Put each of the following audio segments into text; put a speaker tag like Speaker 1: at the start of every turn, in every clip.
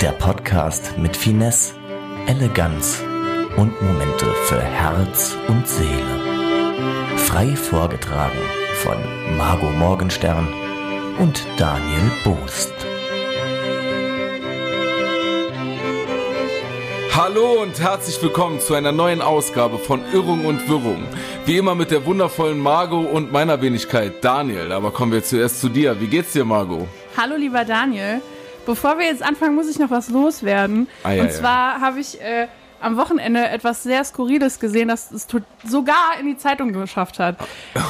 Speaker 1: Der Podcast mit Finesse, Eleganz und Momente für Herz und Seele. Frei vorgetragen von Margot Morgenstern und Daniel Boost.
Speaker 2: Hallo und herzlich willkommen zu einer neuen Ausgabe von Irrung und Wirrung. Wie immer mit der wundervollen Margot und meiner Wenigkeit Daniel. Aber kommen wir zuerst zu dir. Wie geht's dir, Margot?
Speaker 3: Hallo, lieber Daniel. Bevor wir jetzt anfangen, muss ich noch was loswerden.
Speaker 2: Ah, ja,
Speaker 3: und
Speaker 2: ja.
Speaker 3: zwar habe ich äh, am Wochenende etwas sehr Skurriles gesehen, das es to- sogar in die Zeitung geschafft hat.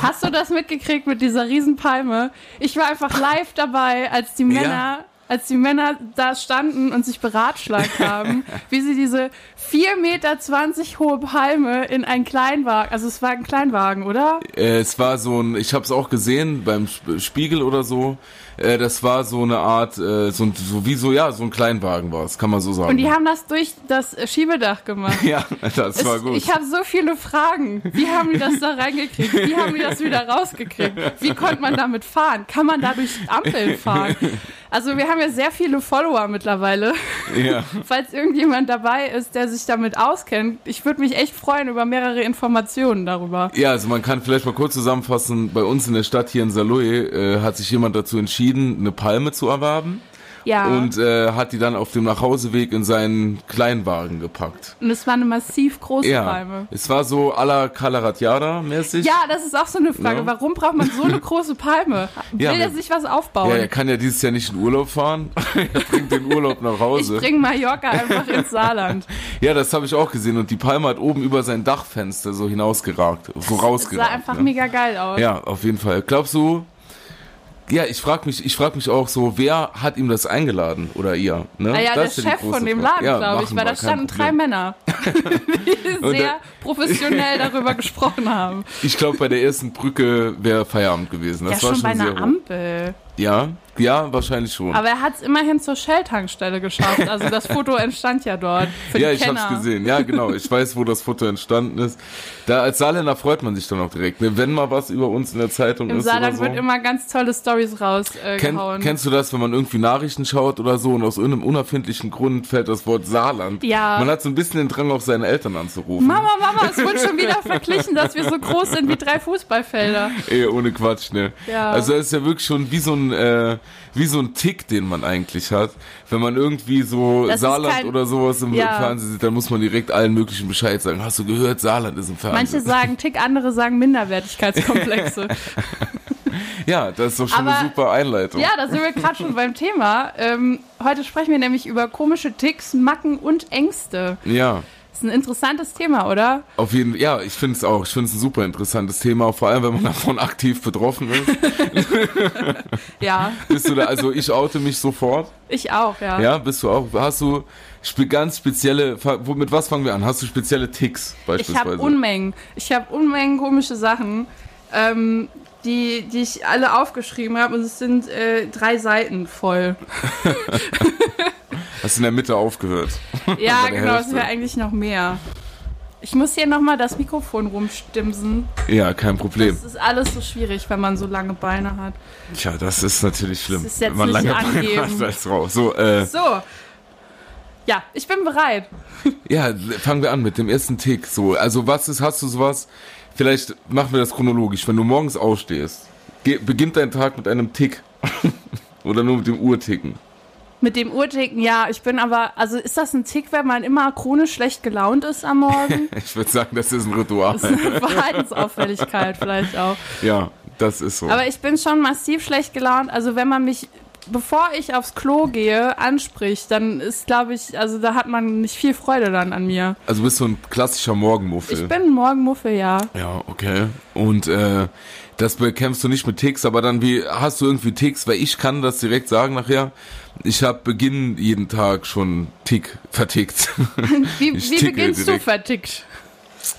Speaker 3: Hast du das mitgekriegt mit dieser Riesenpalme? Ich war einfach live dabei, als die Männer. Als die Männer da standen und sich beratschlagt haben, wie sie diese 4,20 Meter hohe Palme in einen Kleinwagen, also es war ein Kleinwagen, oder?
Speaker 2: Äh, es war so ein, ich habe es auch gesehen beim Sp- Spiegel oder so. Äh, das war so eine Art, äh, so, ein, so wie so ja, so ein Kleinwagen war es, kann man so sagen.
Speaker 3: Und die haben das durch das äh, Schiebedach gemacht.
Speaker 2: ja, das war
Speaker 3: Es-
Speaker 2: gut.
Speaker 3: Ich habe so viele Fragen. Wie haben die das da reingekriegt? Wie haben die das wieder rausgekriegt? Wie konnte man damit fahren? Kann man da durch Ampeln fahren? Also wir haben ja sehr viele Follower mittlerweile.
Speaker 2: ja.
Speaker 3: Falls irgendjemand dabei ist, der sich damit auskennt, ich würde mich echt freuen über mehrere Informationen darüber.
Speaker 2: Ja, also man kann vielleicht mal kurz zusammenfassen, bei uns in der Stadt hier in Saloy äh, hat sich jemand dazu entschieden, eine Palme zu erwerben
Speaker 3: Ja,
Speaker 2: und
Speaker 3: und,
Speaker 2: äh, hat die dann auf dem Nachhauseweg in seinen Kleinwagen gepackt.
Speaker 3: es war eine massiv große
Speaker 2: Ja,
Speaker 3: Palme.
Speaker 2: es war so à la Calaratiada mäßig.
Speaker 3: Ja, das ist auch so eine Frage.
Speaker 2: Ja.
Speaker 3: Warum braucht man so eine große Palme? Will
Speaker 2: Ne? Ja,
Speaker 3: er
Speaker 2: wir-
Speaker 3: sich was
Speaker 2: Ja,
Speaker 3: aufbauen?
Speaker 2: er kann ja dieses Jahr nicht in Urlaub fahren. er bringt den Urlaub nach
Speaker 3: ich
Speaker 2: Hause.
Speaker 3: bringe Mallorca einfach ins Saarland.
Speaker 2: Ja, das habe ich auch gesehen. Und die Palme hat oben über sein Dachfenster so hinausgeragt, so
Speaker 3: Es sah
Speaker 2: rausgeragt.
Speaker 3: einfach
Speaker 2: ne?
Speaker 3: mega geil aus.
Speaker 2: Ja, auf jeden Fall. Glaubst du? Ja, ich frage mich, ich frag mich auch so, wer hat ihm das eingeladen oder ihr? Ne?
Speaker 3: Ah
Speaker 2: das
Speaker 3: ja, der
Speaker 2: ist ja die
Speaker 3: Chef
Speaker 2: große
Speaker 3: von dem
Speaker 2: Frage.
Speaker 3: Laden,
Speaker 2: ja,
Speaker 3: glaube
Speaker 2: machen
Speaker 3: ich,
Speaker 2: wir,
Speaker 3: weil da
Speaker 2: kein
Speaker 3: standen drei
Speaker 2: Problem.
Speaker 3: Männer, die
Speaker 2: Und
Speaker 3: sehr
Speaker 2: der-
Speaker 3: professionell darüber gesprochen haben.
Speaker 2: Ich glaube, bei der ersten Brücke wäre Feierabend gewesen. Das
Speaker 3: ja,
Speaker 2: war
Speaker 3: schon bei
Speaker 2: sehr
Speaker 3: einer
Speaker 2: hoch.
Speaker 3: Ampel.
Speaker 2: Ja, ja, wahrscheinlich schon.
Speaker 3: Aber er hat es immerhin zur Shell-Tankstelle geschafft. Also das Foto entstand ja dort. Für
Speaker 2: ja,
Speaker 3: die
Speaker 2: ich
Speaker 3: Kenner.
Speaker 2: hab's gesehen. Ja, genau. Ich weiß, wo das Foto entstanden ist. Da als Saarländer freut man sich dann auch direkt. Ne? Wenn mal was über uns in der Zeitung
Speaker 3: Im
Speaker 2: ist
Speaker 3: Saarland
Speaker 2: oder so.
Speaker 3: wird immer ganz tolle Stories rausgehauen. Äh,
Speaker 2: Kenn,
Speaker 3: gehauen.
Speaker 2: kennst du das, wenn man irgendwie Nachrichten schaut oder so und aus irgendeinem unerfindlichen Grund fällt das Wort Saarland?
Speaker 3: Ja.
Speaker 2: Man hat so ein bisschen den Drang, auch seine Eltern anzurufen.
Speaker 3: Mama, Mama, es wurde schon wieder verglichen, dass wir so groß sind wie drei Fußballfelder.
Speaker 2: Ey, ohne Quatsch, ne?
Speaker 3: Ja.
Speaker 2: Also das ist ja wirklich schon wie so ein äh, wie so ein Tick, den man eigentlich hat. Wenn man irgendwie so
Speaker 3: Das ist
Speaker 2: Saarland
Speaker 3: kein-
Speaker 2: oder sowas im
Speaker 3: Ja.
Speaker 2: Fernsehen sieht, dann muss man direkt allen möglichen Bescheid sagen. Hast du gehört, Saarland ist im
Speaker 3: Manche
Speaker 2: Fernsehen.
Speaker 3: sagen Tick, andere sagen Minderwertigkeitskomplexe.
Speaker 2: ja, das ist doch schon eine
Speaker 3: Aber-
Speaker 2: super Einleitung.
Speaker 3: Ja, da sind wir gerade schon beim Thema. Ähm, heute sprechen wir nämlich über komische Ticks, Macken und Ängste.
Speaker 2: ja.
Speaker 3: Das ist ein interessantes Thema, oder?
Speaker 2: Auf jeden ja, ich finde es auch. Ich finde es ein super interessantes Thema, vor allem wenn man davon aktiv betroffen ist.
Speaker 3: Ja,
Speaker 2: Bist du da, also ich oute mich sofort.
Speaker 3: ich auch, ja.
Speaker 2: Ja, bist du auch. Hast du spe- ganz spezielle, fa- wo- mit was fangen wir an? Hast du spezielle Ticks
Speaker 3: ich habe
Speaker 2: beispielsweise?
Speaker 3: Unmengen. Ich habe Unmengen komische Sachen, ähm, die, die ich alle aufgeschrieben habe. Und es sind äh, drei Seiten voll.
Speaker 2: Hast in der Mitte aufgehört.
Speaker 3: Ja,
Speaker 2: Bei der
Speaker 3: genau, es
Speaker 2: Hälfte.
Speaker 3: wäre eigentlich noch mehr. Ich muss hier nochmal das Mikrofon rumstimsen.
Speaker 2: Ja, kein Problem.
Speaker 3: Es ist alles so schwierig, wenn man so lange Beine hat.
Speaker 2: Tja, das ist natürlich schlimm.
Speaker 3: Das ist jetzt
Speaker 2: wenn man
Speaker 3: nicht
Speaker 2: lange
Speaker 3: angeben.
Speaker 2: Beine hat als Frau. So, äh,
Speaker 3: So. Ja, ich bin bereit.
Speaker 2: ja, fangen wir an mit dem ersten Tick. So, also was ist, hast du sowas? Vielleicht machen wir das chronologisch. Wenn du morgens aufstehst, ge- beginnt dein Tag mit einem Tick. Oder nur mit dem Uhrticken.
Speaker 3: Mit dem Uhrticken, ja, ich bin aber, also ist das ein Tick, wenn man immer chronisch schlecht gelaunt ist am Morgen?
Speaker 2: Ich würde sagen, das ist ein Ritual.
Speaker 3: Das ist eine Verhaltensauffälligkeit vielleicht auch.
Speaker 2: Ja, das ist so.
Speaker 3: Aber ich bin schon massiv schlecht gelaunt. Also wenn man mich, bevor ich aufs Klo gehe, anspricht, dann ist, glaube ich, also da hat man nicht viel Freude dann an mir.
Speaker 2: Also bist du ein klassischer Morgenmuffel.
Speaker 3: Ich bin ein Morgenmuffel, ja.
Speaker 2: ja, okay. Und äh, das bekämpfst du nicht mit Ticks, aber dann wie hast du irgendwie Ticks? Weil ich kann das direkt sagen nachher. Ich habe Beginn jeden Tag schon Tick vertickt.
Speaker 3: Wie,
Speaker 2: Ich
Speaker 3: wie
Speaker 2: ticke
Speaker 3: beginnst du
Speaker 2: direkt.
Speaker 3: vertickt?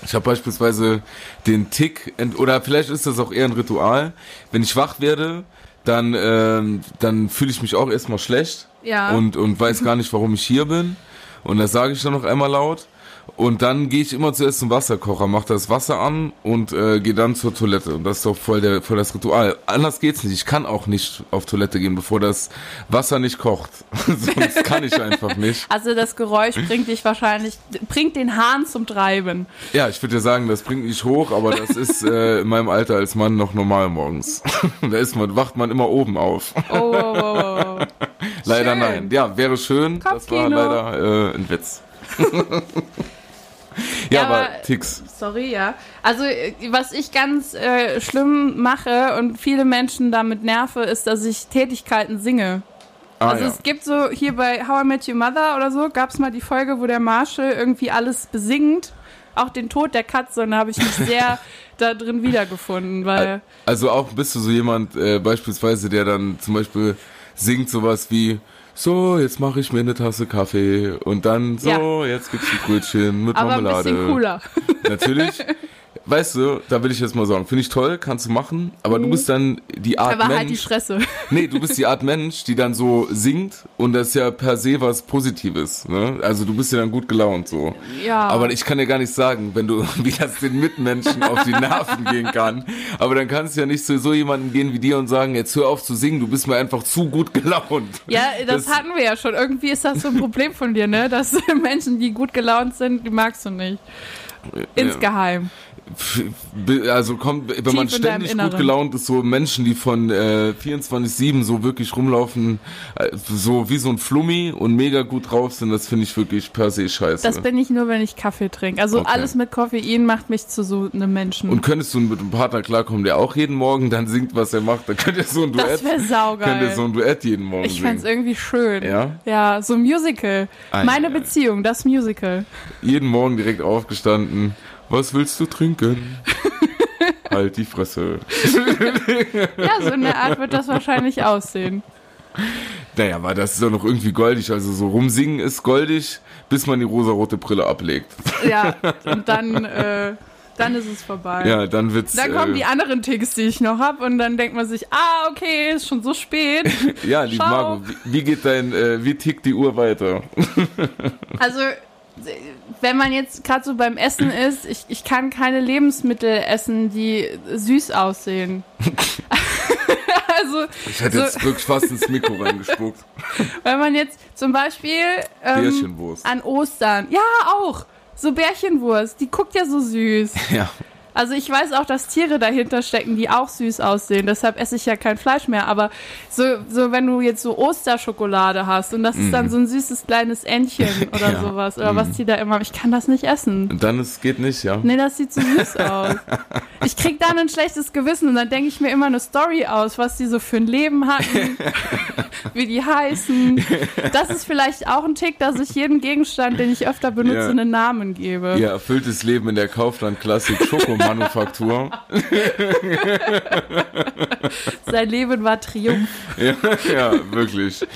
Speaker 2: Ich habe beispielsweise den Tick, ent- oder vielleicht ist das auch eher ein Ritual. Wenn ich wach werde, dann, ähm, dann fühle ich mich auch erstmal schlecht
Speaker 3: Ja.
Speaker 2: und, und weiß gar nicht, warum ich hier bin. Und das sage ich dann noch einmal laut. Und dann gehe ich immer zuerst zum Wasserkocher, mache das Wasser an und äh, gehe dann zur Toilette. Und das ist doch voll, der, voll das Ritual. Anders geht's nicht. Ich kann auch nicht auf Toilette gehen, bevor das Wasser nicht kocht. Sonst kann ich einfach nicht.
Speaker 3: Also das Geräusch bringt dich wahrscheinlich, bringt den Hahn zum Treiben.
Speaker 2: Ja, ich würde ja sagen, das bringt mich hoch, aber das ist äh, in meinem Alter als Mann noch normal morgens. da ist man, wacht man immer oben auf.
Speaker 3: Oh, oh, oh, oh, oh.
Speaker 2: Leider
Speaker 3: Schön.
Speaker 2: nein. Ja, wäre schön. Das war
Speaker 3: Kopfkino.
Speaker 2: leider äh, ein Witz. ja,
Speaker 3: Ja,
Speaker 2: aber,
Speaker 3: aber-
Speaker 2: Ticks.
Speaker 3: Sorry, ja. Also äh, was ich ganz äh, schlimm mache und viele Menschen damit nerve, ist, dass ich Tätigkeiten singe.
Speaker 2: Ah,
Speaker 3: Also
Speaker 2: ja.
Speaker 3: es gibt so hier bei How I Met Your Mother oder so, gab es mal die Folge, wo der Marshall irgendwie alles besingt, auch den Tod der Katze und da habe ich mich sehr da drin wiedergefunden, weil
Speaker 2: Also auch bist du so jemand, äh, beispielsweise, der dann zum Beispiel singt sowas wie so, jetzt mache ich mir eine Tasse Kaffee und dann so, jetzt gibt's ein Brötchen mit
Speaker 3: aber ein
Speaker 2: Marmelade.
Speaker 3: bisschen cooler.
Speaker 2: Natürlich. Weißt du, da will ich jetzt mal sagen, finde ich toll, kannst du machen, aber du bist dann die Art
Speaker 3: aber
Speaker 2: Mensch.
Speaker 3: Mhm. halt die Fresse.
Speaker 2: Nee, du bist die Art Mensch, die dann so singt und das ist ja per se was Positives. Ne? Also du bist ja dann gut gelaunt so.
Speaker 3: Ja.
Speaker 2: Aber ich kann dir gar nicht sagen, wenn du, wie das den Mitmenschen auf die Nerven gehen kann. Aber dann kannst du ja nicht zu so jemandem gehen wie dir und sagen, jetzt hör auf zu singen, du bist mir einfach zu gut gelaunt.
Speaker 3: Ja, das,
Speaker 2: Das-
Speaker 3: hatten wir ja schon. Irgendwie ist das so ein Problem von dir, ne? Dass Menschen, die gut gelaunt sind, die magst du nicht. Insgeheim.
Speaker 2: Pf- be- Also kommt, wenn man
Speaker 3: in deinem
Speaker 2: ständig
Speaker 3: Inneren.
Speaker 2: gut gelaunt ist, so Menschen, die von äh, 24-7 so wirklich rumlaufen, äh, so wie so ein Flummi und mega gut drauf sind, das finde ich wirklich per se scheiße.
Speaker 3: Das bin ich nur, wenn ich Kaffee trinke. Also
Speaker 2: Okay.
Speaker 3: alles mit Koffein macht mich zu so einem Menschen.
Speaker 2: Und könntest du mit einem Partner klarkommen, der auch jeden Morgen dann singt, was er macht? Dann könnt ihr so ein Duett.
Speaker 3: das wäre saugeil.
Speaker 2: Könnt ihr so ein Duett jeden Morgen
Speaker 3: ich fand's
Speaker 2: singen.
Speaker 3: irgendwie schön.
Speaker 2: Ja?
Speaker 3: Ja, so ein Musical.
Speaker 2: Ei,
Speaker 3: Meine
Speaker 2: ei, ei.
Speaker 3: Beziehung, das Musical.
Speaker 2: Jeden Morgen direkt aufgestanden. Was willst du trinken? halt die Fresse.
Speaker 3: Ja, so in der Art wird das wahrscheinlich aussehen.
Speaker 2: Naja, aber das ist doch noch irgendwie goldig. Also so rumsingen ist goldig, bis man die rosarote Brille ablegt.
Speaker 3: Ja, und dann, äh, dann ist es vorbei.
Speaker 2: Ja, dann wird's.
Speaker 3: Dann kommen die
Speaker 2: äh,
Speaker 3: anderen Ticks, die ich noch hab, und dann denkt man sich, ah, okay, ist schon so spät.
Speaker 2: ja, liebe
Speaker 3: Schau.
Speaker 2: Marco, wie, wie geht dein, äh, wie tickt die Uhr weiter?
Speaker 3: Also, wenn man jetzt gerade so beim Essen ist, ich, ich kann keine Lebensmittel essen, die süß aussehen. also,
Speaker 2: Ich hätte
Speaker 3: So.
Speaker 2: jetzt wirklich fast ins Mikro reingespuckt.
Speaker 3: wenn man jetzt zum Beispiel ähm,
Speaker 2: Bärchenwurst.
Speaker 3: an Ostern, ja, auch, so Bärchenwurst, die guckt ja so süß.
Speaker 2: Ja.
Speaker 3: Also ich weiß auch, dass Tiere dahinter stecken, die auch süß aussehen. Deshalb esse ich ja kein Fleisch mehr. Aber so, so wenn du jetzt so Osterschokolade hast und das ist dann so ein süßes kleines Entchen oder
Speaker 2: Mhm. Ja. Mhm.
Speaker 3: sowas oder was die da immer, ich kann das nicht essen.
Speaker 2: Und dann es geht nicht, ja.
Speaker 3: Nee, das sieht so süß aus. Ich krieg dann ein schlechtes Gewissen und dann denke ich mir immer eine Story aus, was die so für ein Leben hatten, wie die heißen. Das ist vielleicht auch ein Tick, dass ich jedem Gegenstand, den ich öfter benutze,
Speaker 2: Ja.
Speaker 3: einen Namen gebe.
Speaker 2: Ihr erfülltes Leben in der Kaufland Classic Schokomanufaktur.
Speaker 3: Sein Leben war Triumph.
Speaker 2: ja, ja, wirklich.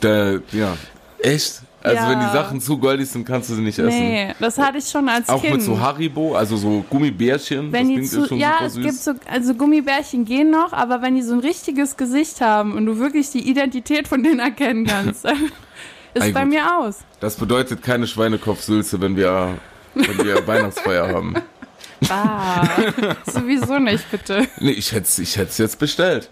Speaker 2: Da, ja. Echt? Also
Speaker 3: Ja.
Speaker 2: wenn die Sachen zu goldig sind, kannst du sie nicht essen.
Speaker 3: Nee, das hatte ich schon als
Speaker 2: Auch
Speaker 3: Kind.
Speaker 2: mit so Haribo, also so Gummibärchen.
Speaker 3: wenn die
Speaker 2: das klingt
Speaker 3: zu,
Speaker 2: schon
Speaker 3: ja,
Speaker 2: super
Speaker 3: es
Speaker 2: süß.
Speaker 3: gibt so, also Gummibärchen gehen noch, aber wenn die so ein richtiges Gesicht haben und du wirklich die Identität von denen erkennen kannst,
Speaker 2: Ei,
Speaker 3: ist bei
Speaker 2: gut.
Speaker 3: mir aus.
Speaker 2: Das bedeutet keine Schweinekopfsülze, wenn wir, wenn wir Weihnachtsfeier haben.
Speaker 3: Bah. Ah, Sowieso nicht, bitte.
Speaker 2: Nee, ich hätte ich hätt's jetzt bestellt.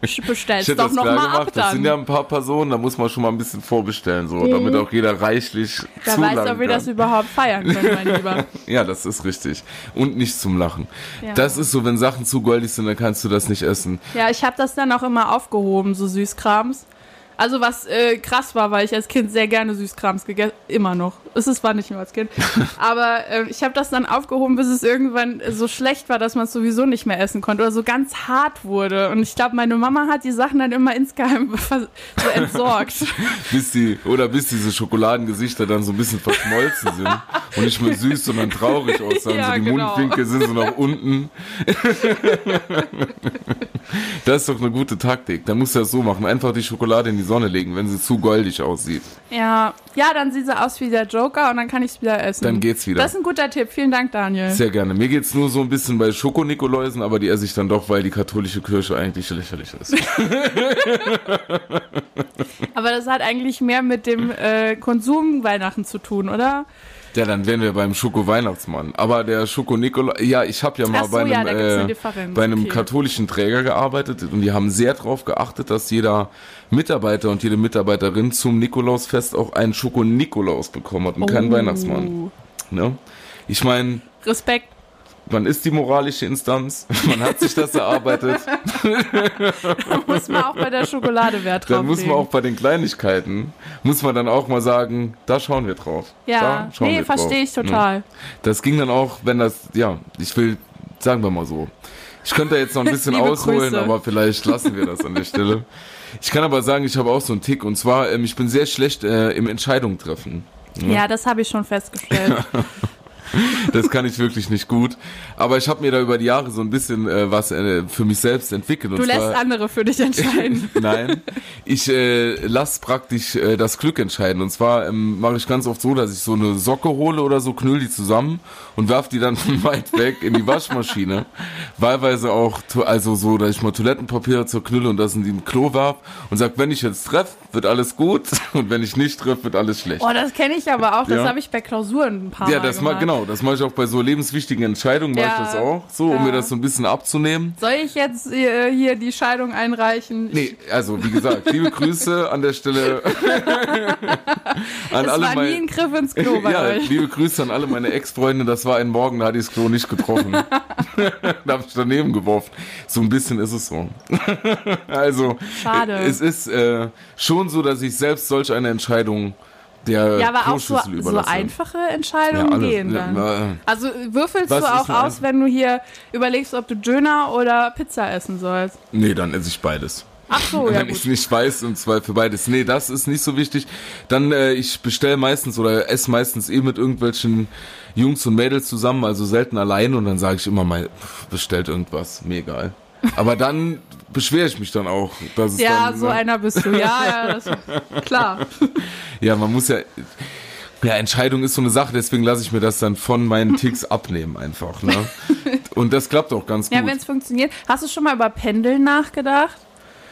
Speaker 2: Ich
Speaker 3: Bestellst
Speaker 2: hätte
Speaker 3: doch
Speaker 2: das klar
Speaker 3: nochmal ab
Speaker 2: gemacht. Das
Speaker 3: dann.
Speaker 2: sind ja ein paar Personen, da muss man schon mal ein bisschen vorbestellen, so, damit auch jeder reichlich
Speaker 3: Wer
Speaker 2: zulangen
Speaker 3: Mhm. weiß, ob wir
Speaker 2: kann.
Speaker 3: das überhaupt feiern können, mein Lieber.
Speaker 2: Ja, das ist richtig. Und nicht zum Lachen.
Speaker 3: Ja.
Speaker 2: Das ist so, wenn Sachen zu goldig sind, dann kannst du das nicht essen.
Speaker 3: Ja, ich habe das dann auch immer aufgehoben, so Süßkrams. Also was äh, krass war, weil ich als Kind sehr gerne Süßkrams gegessen immer noch. Es ist- war nicht nur als Kind, aber äh, ich habe das dann aufgehoben, bis es irgendwann so schlecht war, dass man es sowieso nicht mehr essen konnte oder so ganz hart wurde. Und ich glaube, meine Mama hat die Sachen dann immer insgeheim vers- so entsorgt.
Speaker 2: Bis die, oder bis diese Schokoladengesichter dann so ein bisschen verschmolzen sind und nicht mehr süß, sondern traurig aussahen.
Speaker 3: Ja,
Speaker 2: so die
Speaker 3: genau.
Speaker 2: Mundwinkel sind so nach unten. das ist doch eine gute Taktik. Dann musst du das so machen. Einfach die Schokolade in die Sonne legen, wenn sie zu goldig aussieht.
Speaker 3: Ja. ja, dann sieht sie aus wie der Joker und dann kann ich es wieder essen.
Speaker 2: Dann geht's wieder.
Speaker 3: Das ist ein guter Tipp. Vielen Dank, Daniel.
Speaker 2: Sehr gerne. Mir geht's nur so ein bisschen bei Schokonikoläusen, aber die esse ich dann doch, weil die katholische Kirche eigentlich lächerlich ist.
Speaker 3: Aber das hat eigentlich mehr mit
Speaker 2: Hm.
Speaker 3: dem äh, Konsum Weihnachten zu tun, oder?
Speaker 2: ja, dann wären wir beim Schoko-Weihnachtsmann. Aber der Schoko-Nikolaus, ja, ich habe ja mal
Speaker 3: Ach so,
Speaker 2: bei einem,
Speaker 3: ja, da gibt's eine
Speaker 2: äh,
Speaker 3: Differenz,
Speaker 2: bei einem
Speaker 3: okay.
Speaker 2: katholischen Träger gearbeitet und die haben sehr darauf geachtet, dass jeder Mitarbeiter und jede Mitarbeiterin zum Nikolausfest auch einen Schoko-Nikolaus bekommen hat und keinen
Speaker 3: Oh.
Speaker 2: Weihnachtsmann. Ne? Ich meine,
Speaker 3: Respekt.
Speaker 2: man ist die moralische Instanz, man hat sich das erarbeitet.
Speaker 3: Da muss man auch bei der Schokolade Wert drauf
Speaker 2: Dann muss man auch bei den Kleinigkeiten, muss man dann auch mal sagen, da schauen wir drauf.
Speaker 3: Ja,
Speaker 2: da schauen
Speaker 3: nee,
Speaker 2: wir drauf.
Speaker 3: verstehe ich
Speaker 2: Ne?
Speaker 3: total.
Speaker 2: Das ging dann auch, wenn das, ja, ich will, sagen wir mal so. Ich könnte da jetzt noch ein bisschen
Speaker 3: Liebe
Speaker 2: ausholen,
Speaker 3: Grüße.
Speaker 2: aber vielleicht lassen wir das an der Stelle. Ich kann aber sagen, ich habe auch so einen Tick und zwar, ähm, ich bin sehr schlecht äh, im Entscheidung treffen.
Speaker 3: Ja, das habe ich schon festgestellt.
Speaker 2: Das kann ich wirklich nicht gut. Aber ich habe mir da über die Jahre so ein bisschen äh, was äh, für mich selbst entwickelt.
Speaker 3: Du
Speaker 2: und
Speaker 3: lässt
Speaker 2: zwar,
Speaker 3: andere für dich entscheiden.
Speaker 2: Nein, ich äh, lasse praktisch äh, das Glück entscheiden. Und zwar ähm, mache ich ganz oft so, dass ich so eine Socke hole oder so, knüll die zusammen und werf die dann von weit weg in die Waschmaschine. Wahlweise auch, to- also so, dass ich mal Toilettenpapier zur Knülle und das in den Klo werf und sag, wenn ich jetzt treff, wird alles gut und wenn ich nicht treff, wird alles schlecht.
Speaker 3: Oh, das kenne ich aber auch. Das
Speaker 2: Ja.
Speaker 3: habe ich bei Klausuren ein paar
Speaker 2: ja,
Speaker 3: Mal
Speaker 2: das
Speaker 3: gemacht.
Speaker 2: mag genau, das mache ich auch bei so lebenswichtigen Entscheidungen, mache
Speaker 3: Ja,
Speaker 2: ich das auch, so, um
Speaker 3: ja.
Speaker 2: mir das so ein bisschen abzunehmen.
Speaker 3: Soll ich jetzt äh, hier die Scheidung einreichen? Ich-
Speaker 2: Nee, also wie gesagt, liebe Grüße an der Stelle an alle
Speaker 3: es war nie ein
Speaker 2: meine
Speaker 3: Griff ins Klo bei
Speaker 2: ja,
Speaker 3: euch.
Speaker 2: liebe Grüße an alle meine Ex-Freunde. Das war ein Morgen, da hatte ich das Klo nicht getroffen. da habe ich daneben geworfen. So ein bisschen ist es so. also
Speaker 3: Schade.
Speaker 2: es ist äh, schon so, dass ich selbst solch eine Entscheidung der
Speaker 3: Ja, aber auch so,
Speaker 2: Kloschüssel
Speaker 3: so
Speaker 2: überlasse.
Speaker 3: einfache
Speaker 2: Ja,
Speaker 3: Entscheidungen
Speaker 2: alles.
Speaker 3: gehen
Speaker 2: Ja,
Speaker 3: dann.
Speaker 2: na, äh.
Speaker 3: also würfelst
Speaker 2: Was
Speaker 3: du auch
Speaker 2: ist nur
Speaker 3: aus, wenn du hier überlegst, ob du Döner oder Pizza essen sollst?
Speaker 2: Nee, dann esse ich beides.
Speaker 3: Ach so, ja
Speaker 2: wenn ich
Speaker 3: gut.
Speaker 2: nicht weiß, und zwar für beides. Nee, das ist nicht so wichtig. Dann, äh, ich bestelle meistens oder esse meistens eh mit irgendwelchen Jungs und Mädels zusammen, also selten allein und dann sage ich immer mal, pff, bestellt irgendwas, mir egal. Aber dann beschwere ich mich dann auch. Dass es
Speaker 3: Ja,
Speaker 2: dann,
Speaker 3: so
Speaker 2: ne?
Speaker 3: einer bist du. Ja, ja, das, klar.
Speaker 2: Ja, man muss ja. Ja, Entscheidung ist so eine Sache, deswegen lasse ich mir das dann von meinen Ticks abnehmen einfach. Ne? Und das klappt auch ganz gut.
Speaker 3: Ja, wenn es funktioniert. Hast du schon mal über Pendeln nachgedacht?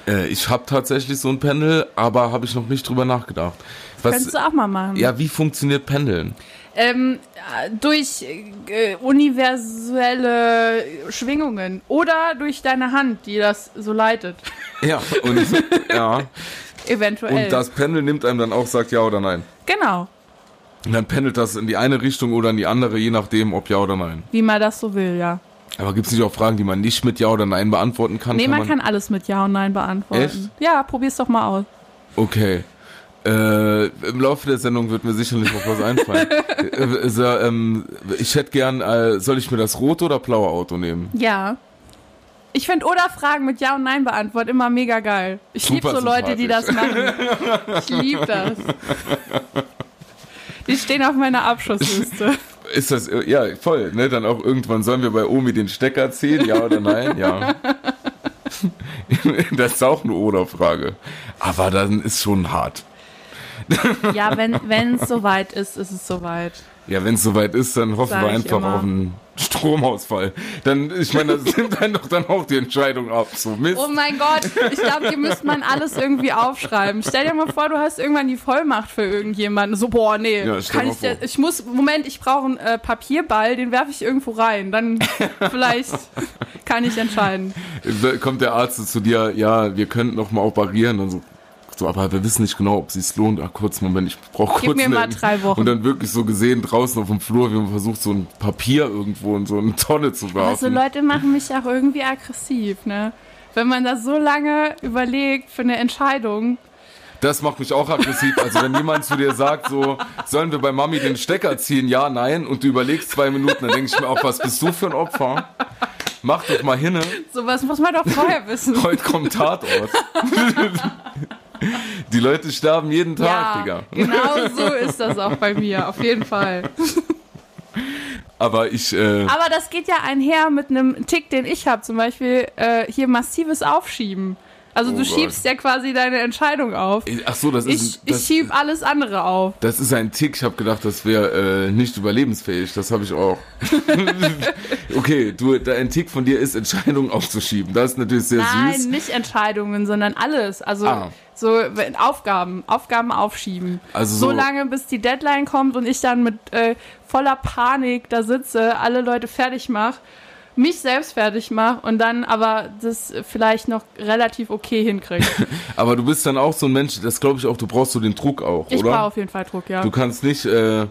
Speaker 2: äh, ich habe tatsächlich so ein Pendel, aber habe ich noch nicht drüber nachgedacht. Was,
Speaker 3: Könntest du auch mal machen.
Speaker 2: ja, wie funktioniert Pendeln?
Speaker 3: Ähm, äh, durch äh, universelle Schwingungen oder durch deine Hand, die das so leitet,
Speaker 2: Ja, und, ja.
Speaker 3: eventuell.
Speaker 2: und das Pendel nimmt einem dann auch, sagt ja oder nein.
Speaker 3: genau,
Speaker 2: Und dann pendelt das in die eine Richtung oder in die andere, je nachdem, ob ja oder nein.
Speaker 3: wie man das so will, ja.
Speaker 2: Aber gibt es nicht auch Fragen, die man nicht mit ja oder nein beantworten kann?
Speaker 3: Nee, man, kann alles mit Ja und Nein beantworten. Ja, probier's doch mal aus.
Speaker 2: Okay. Äh, Im Laufe der Sendung wird mir sicherlich noch was einfallen. äh, so, ähm, ich hätte gern, äh, soll ich mir das rote oder blaue Auto nehmen?
Speaker 3: Ja. Ich finde oder Fragen mit Ja und Nein beantworten immer mega geil. Ich liebe
Speaker 2: Super
Speaker 3: so Leute, die das machen. Ich liebe das. Die stehen auf meiner Abschussliste.
Speaker 2: Ist das, äh, ja, voll, ne? Dann auch irgendwann sollen wir bei Omi den Stecker ziehen, ja oder nein? Ja. Das ist auch eine Oder-Frage. Aber dann ist schon hart.
Speaker 3: Ja, wenn es soweit ist, ist es soweit.
Speaker 2: Ja, wenn es soweit ist, dann hoffen
Speaker 3: Sag
Speaker 2: wir
Speaker 3: ich
Speaker 2: einfach
Speaker 3: immer.
Speaker 2: auf einen Stromausfall. Dann, ich meine, das nimmt einem doch dann auch die Entscheidung ab. So, Mist.
Speaker 3: Oh mein Gott, ich glaube, hier müsste man alles irgendwie aufschreiben. Stell dir mal vor, du hast irgendwann die Vollmacht für irgendjemanden. So, boah, nee,
Speaker 2: Ja, stell
Speaker 3: kann
Speaker 2: mal
Speaker 3: ich dir,
Speaker 2: vor.
Speaker 3: ich muss, Moment, ich brauche einen äh, Papierball, den werfe ich irgendwo rein. Dann vielleicht kann ich entscheiden.
Speaker 2: Äh, Kommt der Arzt zu dir, ja, wir könnten noch mal operieren und so. So, aber wir wissen nicht genau, ob es sich lohnt. Ach, kurz, Moment, ich brauche kurz.
Speaker 3: Gib mir
Speaker 2: eine-
Speaker 3: mal drei Wochen.
Speaker 2: Und dann wirklich so gesehen draußen auf dem Flur, wie man versucht, so ein Papier irgendwo in so eine Tonne zu
Speaker 3: Also
Speaker 2: werfen.
Speaker 3: Leute machen mich auch irgendwie aggressiv, ne? Wenn man das so lange überlegt für eine Entscheidung.
Speaker 2: das macht mich auch aggressiv. Also, wenn jemand zu dir sagt, so, sollen wir bei Mami den Stecker ziehen? Ja, nein. Und du überlegst zwei Minuten, dann denke ich mir auch, was bist du für ein Opfer? Mach doch mal hinne.
Speaker 3: Sowas muss man doch vorher wissen.
Speaker 2: Heute kommt Tatort. Die Leute sterben jeden Tag,
Speaker 3: ja,
Speaker 2: Digga.
Speaker 3: genau so ist das auch bei mir, auf jeden Fall.
Speaker 2: Aber ich, äh,
Speaker 3: Aber das geht ja einher mit einem Tick, den ich habe, zum Beispiel äh, hier massives Aufschieben. Also
Speaker 2: Oh
Speaker 3: du
Speaker 2: Gott.
Speaker 3: schiebst ja quasi deine Entscheidung auf.
Speaker 2: Ach so, das
Speaker 3: Ich,
Speaker 2: ist ein,
Speaker 3: ich
Speaker 2: das,
Speaker 3: schieb alles andere auf.
Speaker 2: das ist ein Tick. Ich habe gedacht, das wäre äh, nicht überlebensfähig. Das habe ich auch. okay, du, da- ein Tick von dir ist Entscheidungen aufzuschieben. Das ist natürlich sehr
Speaker 3: Nein,
Speaker 2: süß.
Speaker 3: nicht Entscheidungen, sondern alles. Also
Speaker 2: Ah.
Speaker 3: so wenn- Aufgaben, Aufgaben aufschieben.
Speaker 2: Also
Speaker 3: so
Speaker 2: so-
Speaker 3: lange, bis die Deadline kommt und ich dann mit äh, voller Panik da sitze, alle Leute fertig mache, mich selbst fertig mache und dann aber das vielleicht noch relativ okay hinkriege.
Speaker 2: Aber du bist dann auch so ein Mensch. Das glaube ich auch. Du brauchst so den Druck auch,
Speaker 3: Ich
Speaker 2: oder?
Speaker 3: brauche auf jeden Fall Druck, ja.
Speaker 2: Du kannst nicht, äh,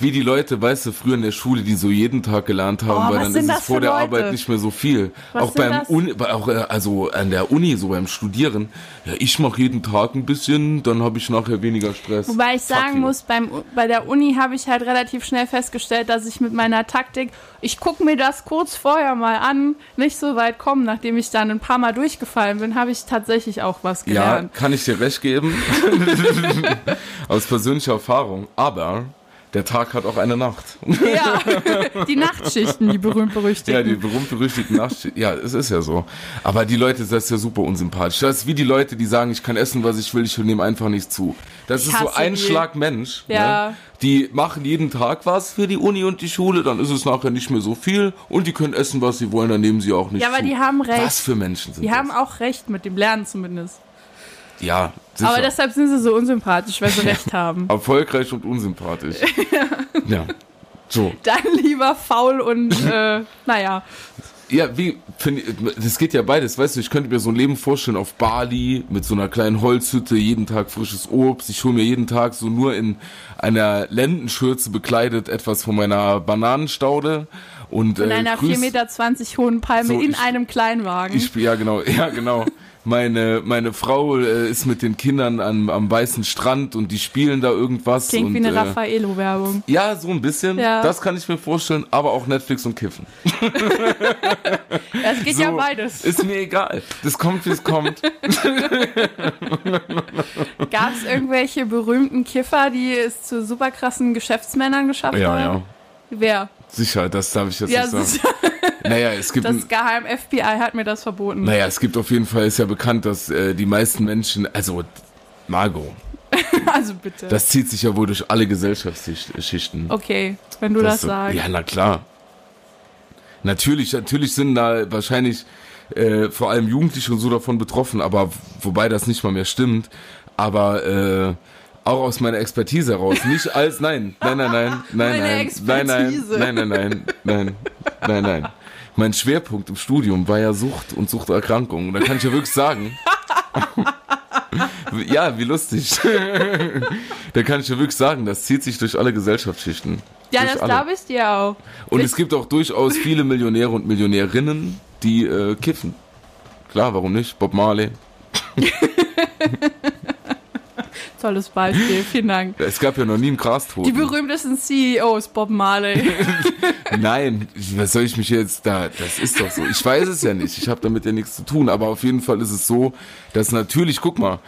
Speaker 2: wie die Leute, weißt du, früher in der Schule, die so jeden Tag gelernt haben,
Speaker 3: Oh, was
Speaker 2: weil dann
Speaker 3: sind
Speaker 2: ist
Speaker 3: das
Speaker 2: es vor
Speaker 3: für
Speaker 2: der
Speaker 3: Leute?
Speaker 2: Arbeit nicht mehr so viel.
Speaker 3: Was
Speaker 2: auch
Speaker 3: sind
Speaker 2: beim
Speaker 3: das?
Speaker 2: Uni, bei- auch, äh, also an der Uni, so beim Studieren. Ja, ich mache jeden Tag ein bisschen, dann habe ich nachher weniger Stress.
Speaker 3: Wobei ich
Speaker 2: Fuck
Speaker 3: sagen
Speaker 2: you.
Speaker 3: muss, beim, bei der Uni habe ich halt relativ schnell festgestellt, dass ich mit meiner Taktik, ich gucke mir das kurz vorher mal an, nicht so weit kommen. Nachdem ich dann ein paar Mal durchgefallen bin, habe ich tatsächlich auch
Speaker 2: Ja,
Speaker 3: was gelernt.
Speaker 2: kann ich dir recht geben. Aus persönlicher Erfahrung. Aber der Tag hat auch eine Nacht.
Speaker 3: Ja, die Nachtschichten, die berühmt-berüchtigten.
Speaker 2: Ja, die berühmt-berüchtigten Nachtschicht. Ja, es ist ja so. Aber die Leute, das ist ja super unsympathisch. Das ist wie die Leute, die sagen, ich kann essen, was ich will, ich nehme einfach nichts zu. Das ist so
Speaker 3: hasse
Speaker 2: ein
Speaker 3: die.
Speaker 2: Schlag Mensch.
Speaker 3: Ja.
Speaker 2: Ne? Die machen jeden Tag was für die Uni und die Schule, dann ist es nachher nicht mehr so viel und die können essen, was sie wollen, dann nehmen sie auch nicht
Speaker 3: Ja, aber
Speaker 2: zu.
Speaker 3: die haben recht.
Speaker 2: Was für Menschen sind
Speaker 3: Die haben
Speaker 2: das?
Speaker 3: auch recht mit dem Lernen zumindest.
Speaker 2: Ja, sicher.
Speaker 3: Aber deshalb sind sie so unsympathisch, weil sie recht haben.
Speaker 2: Erfolgreich und unsympathisch. ja. So.
Speaker 3: Dann lieber faul und, äh, naja.
Speaker 2: Ja, wie, find, das geht ja beides, weißt du, ich könnte mir so ein Leben vorstellen auf Bali mit so einer kleinen Holzhütte, jeden Tag frisches Obst, ich hole mir jeden Tag so nur in einer Lendenschürze bekleidet etwas von meiner Bananenstaude und
Speaker 3: In
Speaker 2: äh,
Speaker 3: einer
Speaker 2: grüß-
Speaker 3: 4,20 Meter hohen Palme
Speaker 2: So,
Speaker 3: in
Speaker 2: ich-
Speaker 3: einem Kleinwagen.
Speaker 2: ich, ja genau, ja genau. Meine, meine Frau äh, ist mit den Kindern am, am weißen Strand und die spielen da irgendwas.
Speaker 3: Klingt
Speaker 2: und,
Speaker 3: wie eine
Speaker 2: äh,
Speaker 3: Raffaello-Werbung.
Speaker 2: Ja, so ein bisschen.
Speaker 3: Ja.
Speaker 2: Das kann ich mir vorstellen, aber auch Netflix und Kiffen.
Speaker 3: Es geht ja beides.
Speaker 2: Ist mir egal. Das kommt, wie es kommt.
Speaker 3: Gab es irgendwelche berühmten Kiffer, die es zu super krassen Geschäftsmännern geschafft haben? Wer?
Speaker 2: Sicher, das darf ich jetzt
Speaker 3: Ja,
Speaker 2: nicht sagen.
Speaker 3: sicher.
Speaker 2: Naja, es gibt, ein,
Speaker 3: Das geheim FBI hat mir das verboten.
Speaker 2: naja, es gibt auf jeden Fall, ist ja bekannt, dass äh, die meisten Menschen, also Margot,
Speaker 3: Also bitte.
Speaker 2: das zieht sich ja wohl durch alle Gesellschaftsschichten.
Speaker 3: okay, wenn du das, sagst.
Speaker 2: Ja, na klar. Natürlich, natürlich sind da wahrscheinlich äh, vor allem Jugendliche und so davon betroffen, aber w- wobei das nicht mal mehr stimmt. Aber äh, auch aus meiner Expertise heraus, nicht als nein, nein, nein, nein, nein,
Speaker 3: Meine
Speaker 2: nein, nein, nein,
Speaker 3: Expertise.
Speaker 2: nein, nein, nein, nein, nein, nein. Mein Schwerpunkt im Studium war ja Sucht und Suchterkrankung. Und da kann ich ja wirklich sagen. ja, wie lustig. da kann ich ja wirklich sagen, das zieht sich durch alle Gesellschaftsschichten.
Speaker 3: Ja,
Speaker 2: Durch
Speaker 3: das
Speaker 2: alle.
Speaker 3: glaube ich dir auch.
Speaker 2: Und es gibt auch durchaus viele Millionäre und Millionärinnen, die äh, kiffen. Klar, warum nicht? Bob Marley.
Speaker 3: Tolles Beispiel, vielen Dank.
Speaker 2: Es gab ja noch nie einen
Speaker 3: Die
Speaker 2: Grastoten.
Speaker 3: berühmtesten CEOs, Bob Marley.
Speaker 2: Nein, was soll ich mich jetzt da? Das ist doch so. Ich weiß es ja nicht. Ich habe damit ja nichts zu tun. Aber auf jeden Fall ist es so, dass natürlich, guck mal,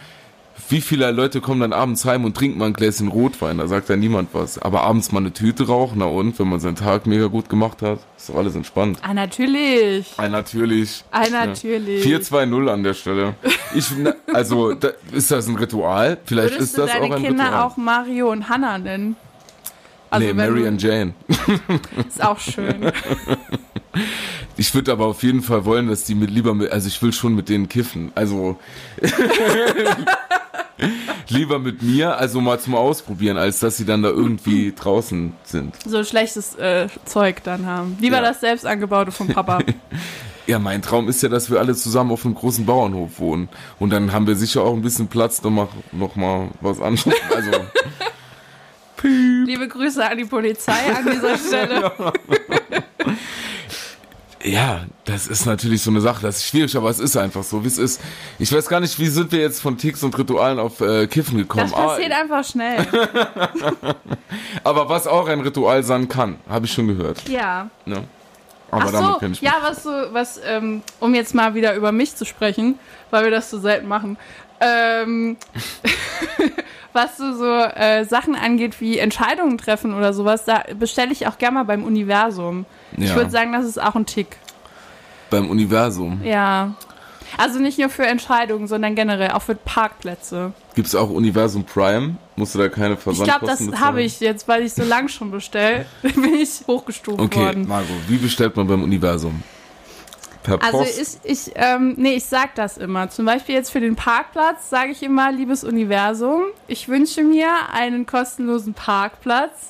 Speaker 2: wie viele Leute kommen dann abends heim und trinken mal ein Gläschen Rotwein. Da sagt ja niemand was. Aber abends mal eine Tüte rauchen. Na und, wenn man seinen Tag mega gut gemacht hat, ist doch alles entspannt.
Speaker 3: ah, natürlich.
Speaker 2: Ah, natürlich.
Speaker 3: Ah, natürlich.
Speaker 2: 4-2-0 an der Stelle. Ich, na, also, da, ist das ein Ritual? Vielleicht
Speaker 3: Würdest
Speaker 2: ist das
Speaker 3: du deine
Speaker 2: auch ein
Speaker 3: Kinder
Speaker 2: Ritual.
Speaker 3: auch Mario und Hannah nennen? Also
Speaker 2: nee,
Speaker 3: wenn
Speaker 2: Mary
Speaker 3: du-
Speaker 2: and Jane.
Speaker 3: Ist auch schön.
Speaker 2: Ich würde aber auf jeden Fall wollen, dass die mit lieber mit, also ich will schon mit denen kiffen. Also lieber mit mir, also mal zum Ausprobieren, als dass sie dann da irgendwie draußen sind.
Speaker 3: So schlechtes äh, Zeug dann haben. Lieber
Speaker 2: Ja.
Speaker 3: das selbst angebaute vom Papa.
Speaker 2: Ja, mein Traum ist ja, dass wir alle zusammen auf einem großen Bauernhof wohnen. Und dann haben wir sicher auch ein bisschen Platz, nochmal noch mal was anderes. Also,
Speaker 3: Liebe Grüße an die Polizei an dieser Stelle.
Speaker 2: ja, das ist natürlich so eine Sache, das ist schwierig, aber es ist einfach so, wie es ist. Ich weiß gar nicht, wie sind wir jetzt von Ticks und Ritualen auf äh, Kiffen gekommen.
Speaker 3: Das
Speaker 2: Ah,
Speaker 3: passiert einfach schnell.
Speaker 2: Aber was auch ein Ritual sein kann, habe ich schon gehört.
Speaker 3: Ja.
Speaker 2: Ne? Aber
Speaker 3: Ach
Speaker 2: damit
Speaker 3: so,
Speaker 2: kann ich
Speaker 3: ja, was so, was, ähm, um jetzt mal wieder über mich zu sprechen, weil wir das so selten machen. Ähm, was so, so äh, Sachen angeht wie Entscheidungen treffen oder sowas, da bestelle ich auch gerne mal beim Universum. Ich
Speaker 2: Ja.
Speaker 3: würde sagen, das ist auch ein Tick.
Speaker 2: beim Universum.
Speaker 3: Ja. Also nicht nur für Entscheidungen, sondern generell auch für Parkplätze.
Speaker 2: Gibt es auch Universum Prime? Musst du da keine
Speaker 3: Ich
Speaker 2: Versandkosten
Speaker 3: glaube, das
Speaker 2: bezahlen?
Speaker 3: habe ich jetzt, weil ich so lang schon bestelle, bin ich hochgestuft
Speaker 2: Okay,
Speaker 3: worden.
Speaker 2: Margot, wie bestellt man beim Universum? Per
Speaker 3: Also
Speaker 2: Post?
Speaker 3: ich, ich, ähm, nee, ich sag das immer. Zum Beispiel jetzt für den Parkplatz sage ich immer, liebes Universum, ich wünsche mir einen kostenlosen Parkplatz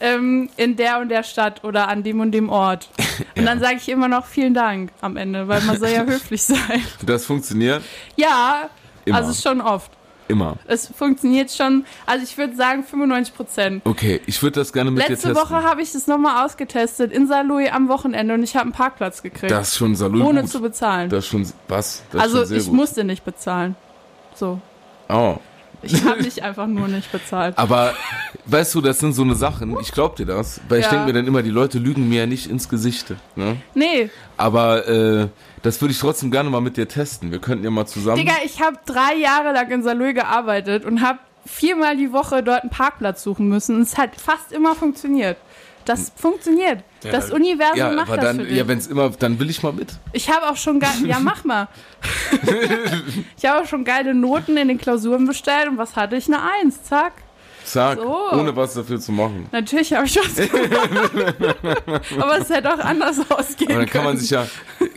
Speaker 3: ähm, in der und der Stadt oder an dem und dem Ort. Und dann sage ich immer noch vielen Dank am Ende, weil man soll ja höflich sein.
Speaker 2: das funktioniert
Speaker 3: Ja,
Speaker 2: Immer.
Speaker 3: also schon oft.
Speaker 2: immer.
Speaker 3: Es funktioniert schon, also ich würde sagen 95 Prozent.
Speaker 2: Okay, ich würde das gerne mit dir
Speaker 3: Letzte
Speaker 2: testen.
Speaker 3: Woche habe ich es nochmal ausgetestet in Saarlouis am Wochenende und ich habe einen Parkplatz gekriegt,
Speaker 2: das ist schon Salut.
Speaker 3: ohne
Speaker 2: gut.
Speaker 3: zu bezahlen.
Speaker 2: das ist schon was? Das ist
Speaker 3: Also
Speaker 2: schon sehr
Speaker 3: ich
Speaker 2: gut.
Speaker 3: musste nicht bezahlen. So.
Speaker 2: Oh.
Speaker 3: Ich habe mich einfach nur nicht bezahlt.
Speaker 2: Aber weißt du, das sind so eine Sachen, ich glaub dir das, weil ich
Speaker 3: Ja.
Speaker 2: denke mir dann immer, die Leute lügen mir ja nicht ins Gesicht. Ne?
Speaker 3: Nee,
Speaker 2: Aber äh, das würde ich trotzdem gerne mal mit dir testen. Wir könnten ja mal zusammen.
Speaker 3: Digga, ich habe drei Jahre lang in Saarlouis gearbeitet und habe viermal die Woche dort einen Parkplatz suchen müssen. Und es hat fast immer funktioniert. Das funktioniert. das Universum
Speaker 2: Hm. ja,
Speaker 3: macht
Speaker 2: aber
Speaker 3: das für
Speaker 2: dann,
Speaker 3: dich.
Speaker 2: ja, wenn's immer, dann will ich mal mit.
Speaker 3: ich habe auch schon geil, ja mach mal. ich habe auch schon geile Noten in den Klausuren bestellt und was hatte ich? Eine Eins, zack.
Speaker 2: Zack,
Speaker 3: So.
Speaker 2: ohne was dafür zu machen.
Speaker 3: Natürlich habe ich was gemacht. aber es hätte auch anders ausgehen
Speaker 2: Aber dann kann man
Speaker 3: können.
Speaker 2: sich ja,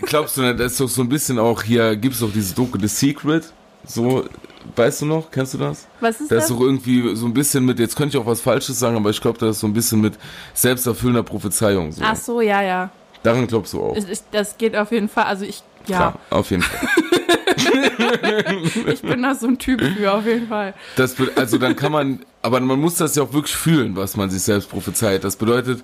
Speaker 2: glaubst du, nicht, das ist doch so ein bisschen auch hier, gibt's doch diese Doku, The Secret, so, weißt du noch, kennst du das?
Speaker 3: was ist
Speaker 2: Da ist
Speaker 3: das?
Speaker 2: doch irgendwie so ein bisschen mit, jetzt könnte ich auch was Falsches sagen, aber ich glaube, da ist so ein bisschen mit selbsterfüllender Prophezeiung. So.
Speaker 3: Ach so, ja, ja.
Speaker 2: Daran glaubst du auch.
Speaker 3: Ich, ich, das geht auf jeden Fall. Also ich, ja,
Speaker 2: Klar, auf jeden Fall.
Speaker 3: ich bin da so ein Typ für, auf jeden Fall.
Speaker 2: Das, be- also dann kann man, aber man muss das ja auch wirklich fühlen, was man sich selbst prophezeit. Das bedeutet,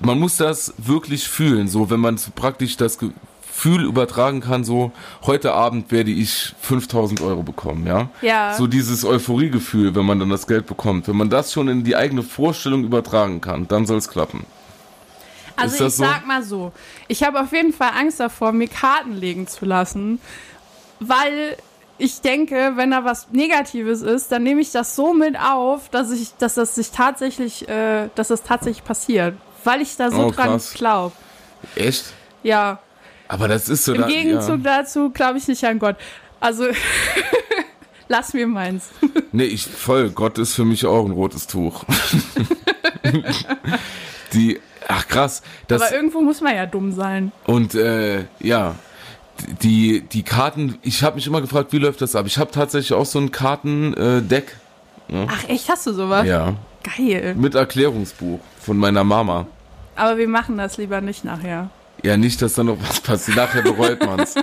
Speaker 2: man muss das wirklich fühlen, so wenn man so praktisch das Gefühl übertragen kann, so heute Abend werde ich 5000 Euro bekommen, ja?
Speaker 3: Ja.
Speaker 2: So dieses Euphoriegefühl, wenn man dann das Geld bekommt. Wenn man das schon in die eigene Vorstellung übertragen kann, dann soll es klappen.
Speaker 3: Also ich
Speaker 2: das so?
Speaker 3: sag mal so, ich habe auf jeden Fall Angst davor, mir Karten legen zu lassen, weil ich denke, wenn da was Negatives ist, dann nehme ich das so mit auf, dass ich, dass das sich tatsächlich, äh, dass das tatsächlich passiert, weil ich da so
Speaker 2: Oh,
Speaker 3: dran
Speaker 2: krass.
Speaker 3: glaube.
Speaker 2: Echt?
Speaker 3: Ja.
Speaker 2: Aber das ist so
Speaker 3: Im
Speaker 2: da-
Speaker 3: Gegenzug
Speaker 2: ja.
Speaker 3: dazu glaube ich nicht an Gott. Also lass mir meins.
Speaker 2: Nee, ich voll. Gott ist für mich auch ein rotes Tuch. die, ach krass. Das,
Speaker 3: Aber irgendwo muss man ja dumm sein.
Speaker 2: Und äh, ja, die, die Karten, ich habe mich immer gefragt, wie läuft das ab? Ich habe tatsächlich auch so ein Kartendeck.
Speaker 3: Ach echt, hast du sowas?
Speaker 2: Ja.
Speaker 3: Geil.
Speaker 2: Mit Erklärungsbuch von meiner Mama.
Speaker 3: Aber wir machen das lieber nicht nachher.
Speaker 2: Ja, nicht, dass da noch was passiert. Nachher bereut man's.